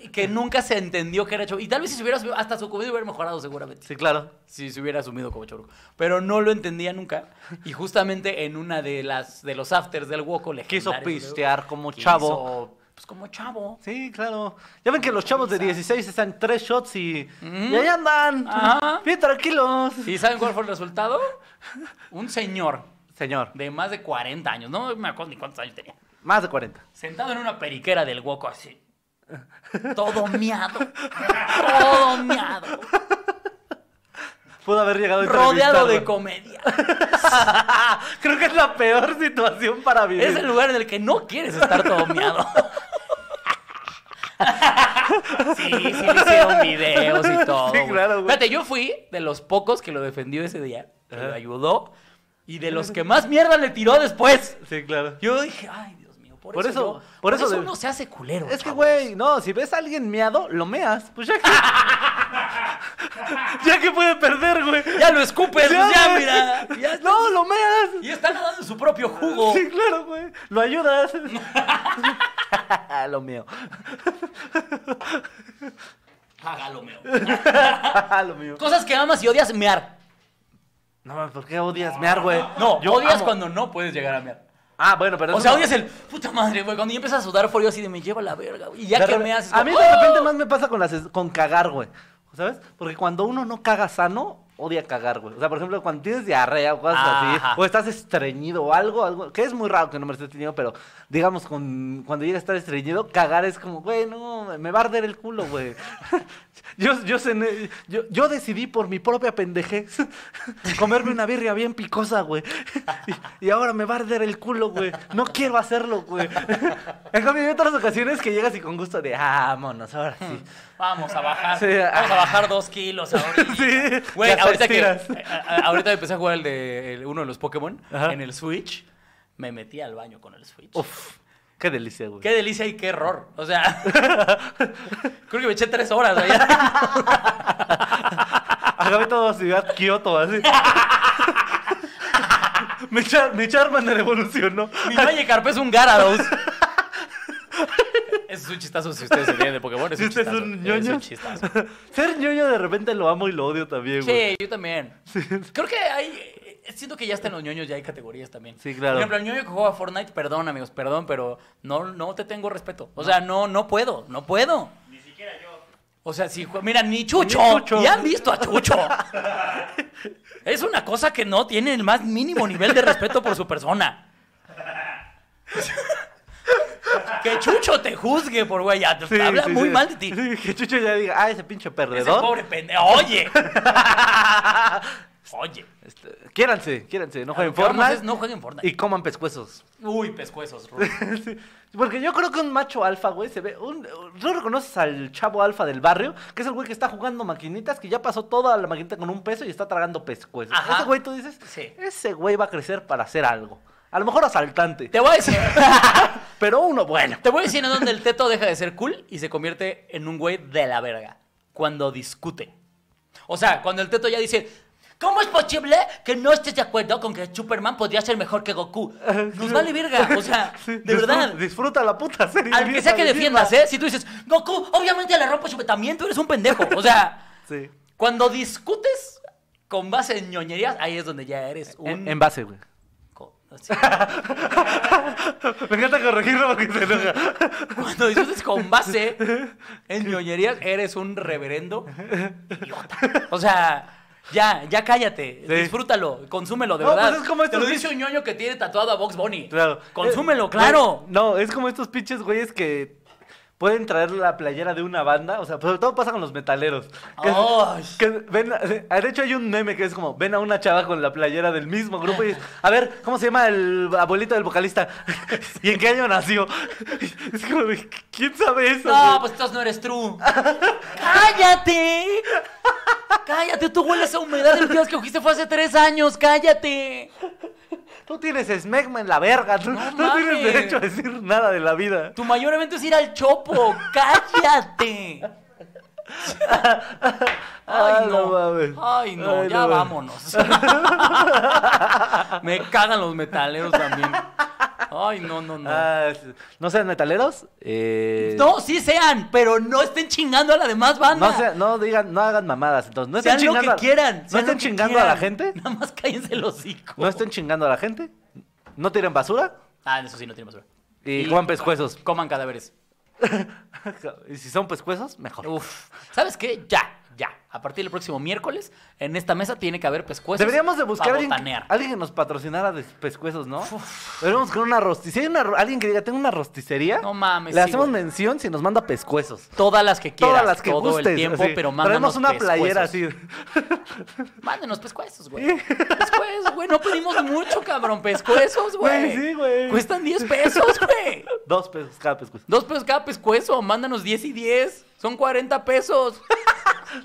Speaker 1: y Que nunca se entendió que era chavo. Y tal vez si se hubiera asumido- hasta su comedia hubiera mejorado seguramente.
Speaker 2: sí, claro.
Speaker 1: Si se hubiera asumido como chavorruco. Pero no lo entendía nunca. Y justamente en una de las de los afters del Woco le
Speaker 2: Quiso pistear como chavo.
Speaker 1: Pues como chavo.
Speaker 2: Sí, claro. Ya ven que los chavos de 16 están tres shots y,
Speaker 1: Ujú.
Speaker 2: y ahí andan.
Speaker 1: Mm. Ajá.
Speaker 2: Bien tranquilos.
Speaker 1: ¿Y saben cuál fue el resultado? Un señor
Speaker 2: Señor,
Speaker 1: de más de 40 años, no me acuerdo ni cuántos años tenía.
Speaker 2: más de 40.
Speaker 1: Sentado en una periquera del hueco así. Todo miado. Todo miado.
Speaker 2: Pudo haber llegado a
Speaker 1: Rodeado de
Speaker 2: entrevistarlo. Ah,
Speaker 1: comedia.
Speaker 2: Creo que es la peor situación para vivir.
Speaker 1: Es el lugar en el que no quieres estar todo miado. Sí, sí, le hicieron videos y todo.
Speaker 2: Sí,
Speaker 1: güey.
Speaker 2: claro, güey.
Speaker 1: Fíjate, yo fui de los pocos que lo defendió ese día, que lo ayudó, y de los que más mierda le tiró después.
Speaker 2: Sí, claro.
Speaker 1: Yo dije, ay, Dios mío, por,
Speaker 2: Por
Speaker 1: eso,
Speaker 2: eso-
Speaker 1: yo-
Speaker 2: por
Speaker 1: por
Speaker 2: eso
Speaker 1: eso,
Speaker 2: de-
Speaker 1: uno se hace culero.
Speaker 2: Es que,
Speaker 1: chavos.
Speaker 2: güey, no, si ves a alguien miado, lo meas. Pues ya que. ya que puede perder, güey.
Speaker 1: Ya lo escupes,
Speaker 2: Ya,
Speaker 1: pues ya,
Speaker 2: güey.
Speaker 1: mira. ya está-
Speaker 2: No, lo meas.
Speaker 1: Y está nadando su propio jugo.
Speaker 2: Sí, claro, güey. Lo ayudas. lo mío.
Speaker 1: Hágalo, meo.
Speaker 2: lo mío.
Speaker 1: Cosas que amas y odias, mear.
Speaker 2: No, mames, ¿por qué odias mear, güey?
Speaker 1: No,
Speaker 2: Eh, Yo
Speaker 1: odias
Speaker 2: amo-
Speaker 1: cuando no puedes llegar a mear.
Speaker 2: Ah, bueno, pero.
Speaker 1: O
Speaker 2: eso
Speaker 1: sea,
Speaker 2: no-
Speaker 1: odias el puta madre, güey. Cuando ya empiezas a sudar frío así de me lleva la verga, güey. Y ya
Speaker 2: De
Speaker 1: que
Speaker 2: re-
Speaker 1: me haces. "Oh,
Speaker 2: A mí de repente más me pasa con, las, es- con cagar, güey. ¿Sabes? Porque cuando uno no caga sano, odia cagar, güey. O sea, por ejemplo, cuando tienes diarrea o cosas
Speaker 1: Ajá.
Speaker 2: así, o estás estreñido o algo, algo, que es muy raro que no me esté estreñido, pero digamos, con, cuando llega a estar estreñido, cagar es como, güey, no, me va a arder el culo, güey. yo, yo, cené- yo, yo decidí por mi propia pendejez comerme una birria bien picosa, güey. Y, y ahora me va a arder el culo, güey. No quiero hacerlo, güey. En cambio, hay otras ocasiones que llegas y con gusto de, ah, vámonos, ahora sí.
Speaker 1: Vamos a bajar.
Speaker 2: Sí,
Speaker 1: vamos a
Speaker 2: ah.
Speaker 1: bajar dos kilos ahorita.
Speaker 2: Sí,
Speaker 1: Güey,
Speaker 2: las
Speaker 1: ahorita que.
Speaker 2: estiras.
Speaker 1: a- a- ahorita empecé a jugar el de el- uno de los Pokémon
Speaker 2: Ajá.
Speaker 1: en el Switch. Me metí al baño con el Switch.
Speaker 2: Uf, qué delicia, güey.
Speaker 1: Qué delicia y qué error. O sea, creo que me eché tres horas allá.
Speaker 2: Acabé toda la ciudad Kioto, así. mi, char mi Charmander evolucionó.
Speaker 1: Mi Valle Carpe es un Garados. es un chistazo si ustedes se entienden de Pokémon. Es
Speaker 2: Si
Speaker 1: un
Speaker 2: usted es
Speaker 1: chistazo.
Speaker 2: un ñoño.
Speaker 1: un chistazo.
Speaker 2: Ser ñoño de repente lo amo y lo odio también, güey.
Speaker 1: Sí, yo también. Creo que hay. eh, Siento que ya están los ñoños, ya hay categorías también.
Speaker 2: Sí, claro.
Speaker 1: Por ejemplo, el ñoño que juega a Fortnite, perdón, amigos, perdón, pero no, no te tengo respeto. O sea, no, no puedo, no puedo.
Speaker 3: Ni siquiera yo.
Speaker 1: O sea, si jue- mira, ni Chucho.
Speaker 2: Ni Chucho.
Speaker 1: Ya han visto a Chucho. es una cosa que no tiene el más mínimo nivel de respeto por su persona. que Chucho te juzgue por güey, ya te-
Speaker 2: Sí,
Speaker 1: habla
Speaker 2: sí, sí.
Speaker 1: muy mal de ti.
Speaker 2: Sí, que Chucho ya diga, ah, ese pinche
Speaker 1: Ese
Speaker 2: perdedor.
Speaker 1: pobre pendejo. Oye. Oye.
Speaker 2: Este, quiéranse, quiéranse, no
Speaker 1: A
Speaker 2: jueguen
Speaker 1: lo que vamos
Speaker 2: Fortnite.
Speaker 1: es no jueguen Fortnite.
Speaker 2: Y coman pescuezos.
Speaker 1: Uy, pescuezos, Rulo.
Speaker 2: Sí, Porque yo creo que un macho alfa, güey, se ve. Un, ¿No reconoces al chavo alfa del barrio? Que es el güey que está jugando maquinitas, que ya pasó toda la maquinita con un peso y está tragando pescuezos.
Speaker 1: Ajá.
Speaker 2: Ese güey, tú dices,
Speaker 1: Sí.
Speaker 2: ese güey va a crecer para hacer algo. A lo mejor asaltante,
Speaker 1: Te voy a decir.
Speaker 2: pero uno bueno.
Speaker 1: Te voy a decir en dónde el teto deja de ser cool y se convierte en un güey de la verga. Cuando discute. O sea, cuando el teto ya dice. ¿Cómo es posible que no estés de acuerdo con que Superman podría ser mejor que Goku? Nos vale verga, o sea,
Speaker 2: Sí,
Speaker 1: de
Speaker 2: disfruta-
Speaker 1: verdad.
Speaker 2: Disfruta la puta serie.
Speaker 1: Al que sea que
Speaker 2: de
Speaker 1: defiendas,
Speaker 2: mierda.
Speaker 1: ¿eh? Si tú dices, Goku, obviamente le rompo su... También tú eres un pendejo, o sea...
Speaker 2: Sí.
Speaker 1: Cuando discutes con base en ñoñerías, ahí es donde ya eres un...
Speaker 2: En, en base, güey.
Speaker 1: co- sí.
Speaker 2: Me encanta corregirlo porque se enoja.
Speaker 1: Cuando discutes con base en ñoñerías, eres un reverendo idiota. O sea, ya, ya cállate.
Speaker 2: Sí.
Speaker 1: Disfrútalo, consúmelo, de
Speaker 2: No,
Speaker 1: verdad.
Speaker 2: pues es como
Speaker 1: Te
Speaker 2: estos
Speaker 1: lo
Speaker 2: bichos-
Speaker 1: dice un ñoño que tiene tatuado a Box Bunny.
Speaker 2: Claro.
Speaker 1: Consúmelo,
Speaker 2: Eh,
Speaker 1: claro.
Speaker 2: No, no, es como estos pinches güeyes que pueden traer la playera de una banda. O sea, sobre todo pasa con los metaleros. Que,
Speaker 1: Ay.
Speaker 2: que ven, eh, de hecho, hay un meme que es como: ven a una chava con la playera del mismo grupo y dices, a ver, ¿cómo se llama el abuelito del vocalista? ¿Y en qué año nació? Es como, de, ¿quién sabe eso?
Speaker 1: No,
Speaker 2: güey?
Speaker 1: pues entonces no eres true. ¡Cállate! ¡Cállate! Tú hueles a humedad del dios que cogiste fue hace tres años. ¡Cállate!
Speaker 2: Tú tienes esmegma en la verga. Tú,
Speaker 1: No
Speaker 2: no tienes
Speaker 1: mames.
Speaker 2: derecho a decir nada de la vida.
Speaker 1: Tu mayor evento es ir al chopo. ¡Cállate!
Speaker 2: Ah,
Speaker 1: Ay,
Speaker 2: mames.
Speaker 1: no. Ay, no.
Speaker 2: Ay,
Speaker 1: ya
Speaker 2: no mames.
Speaker 1: vámonos. Me cagan los metaleros también. Ay, no, no, no.
Speaker 2: Ah, ¿No sean metaleros? Eh,
Speaker 1: no, sí sean, pero no estén chingando a la demás banda.
Speaker 2: No, sea- no digan, no hagan mamadas. Entonces, no estén
Speaker 1: sean lo
Speaker 2: chingando.
Speaker 1: que
Speaker 2: a-
Speaker 1: quieran.
Speaker 2: No
Speaker 1: sean
Speaker 2: estén
Speaker 1: lo que
Speaker 2: chingando a la
Speaker 1: quieran.
Speaker 2: gente.
Speaker 1: Nada más cállense el hocico.
Speaker 2: No estén chingando a la gente. No tiren basura.
Speaker 1: Ah, eso sí, no tiene basura.
Speaker 2: Y coman pescuezos.
Speaker 1: Coman cadáveres.
Speaker 2: y si son pescuezos, mejor.
Speaker 1: Uf. ¿Sabes qué? Ya. ya. A partir del próximo miércoles, en esta mesa tiene que haber pescuezos.
Speaker 2: Deberíamos de buscar
Speaker 1: para
Speaker 2: alguien,
Speaker 1: botanear.
Speaker 2: alguien que nos patrocinara de pescuezos, ¿no? Deberíamos con una rosticería. Si hay una ro- alguien que diga, tengo una rosticería,
Speaker 1: No mames,
Speaker 2: le
Speaker 1: sí,
Speaker 2: hacemos
Speaker 1: güey.
Speaker 2: mención si nos manda pescuezos.
Speaker 1: Todas las que quieras.
Speaker 2: Todas las que
Speaker 1: todo
Speaker 2: gustes.
Speaker 1: el tiempo,
Speaker 2: así.
Speaker 1: pero mándanos
Speaker 2: Traemos una playera
Speaker 1: pescuezos.
Speaker 2: así.
Speaker 1: Mándenos pescuezos, güey. Pescuezos, güey. No pedimos mucho, cabrón. Pescuezos, güey.
Speaker 2: Güey, sí, güey.
Speaker 1: Cuestan 10 pesos, güey.
Speaker 2: Dos pesos cada pescuezo.
Speaker 1: Dos pesos cada pescuezo. Mándanos 10 y 10. Son 40 pesos.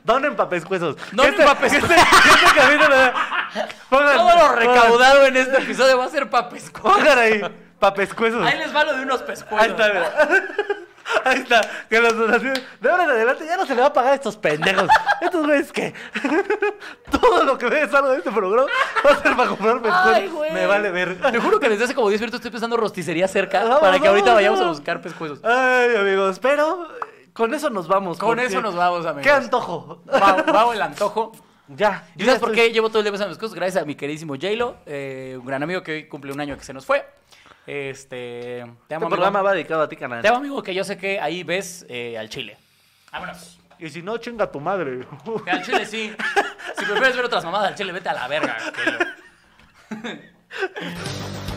Speaker 2: Donen pa' pescuezos.
Speaker 1: Donen
Speaker 2: Este-
Speaker 1: pa' pescuezos.
Speaker 2: Este, este capítulo de- Pongan-
Speaker 1: Todo lo
Speaker 2: pongan-
Speaker 1: recaudado en este episodio va a ser para pescuezos.
Speaker 2: Pongan ahí. Pa' pescuezos.
Speaker 1: Ahí les va lo de unos pescuezos.
Speaker 2: Ahí está, mira. Ahí está. Que las donaciones. De ahora en adelante ya no se le va a pagar a estos pendejos. Estos güeyes que. Todo lo que ve salgo de este programa va a ser para comprar
Speaker 1: Ay,
Speaker 2: pescuezos.
Speaker 1: güey.
Speaker 2: Me vale ver.
Speaker 1: Te juro que desde hace como 10 minutos estoy pensando rosticería cerca
Speaker 2: Vamos,
Speaker 1: para que ahorita
Speaker 2: vamos,
Speaker 1: vayamos a
Speaker 2: vamos.
Speaker 1: buscar pescuezos.
Speaker 2: Ay, amigos. Pero eh, con eso nos vamos.
Speaker 1: Con
Speaker 2: porque-
Speaker 1: eso nos vamos, amigos.
Speaker 2: Qué antojo.
Speaker 1: Va, va el antojo.
Speaker 2: Ya.
Speaker 1: ¿Y sabes por
Speaker 2: estoy-
Speaker 1: qué llevo todo el día pensando en mis cosas? Gracias a mi queridísimo J-Lo, eh, un gran amigo que hoy cumple un año que se nos fue. Este, te
Speaker 2: Este
Speaker 1: amo,
Speaker 2: programa
Speaker 1: amigo.
Speaker 2: va dedicado a ti, canal.
Speaker 1: Te amo, amigo, que yo sé que ahí ves eh, al chile. Vámonos.
Speaker 2: Y si no, chinga tu madre.
Speaker 1: Que al chile sí. Si prefieres ver otras mamadas al chile, vete a la verga. J-Lo.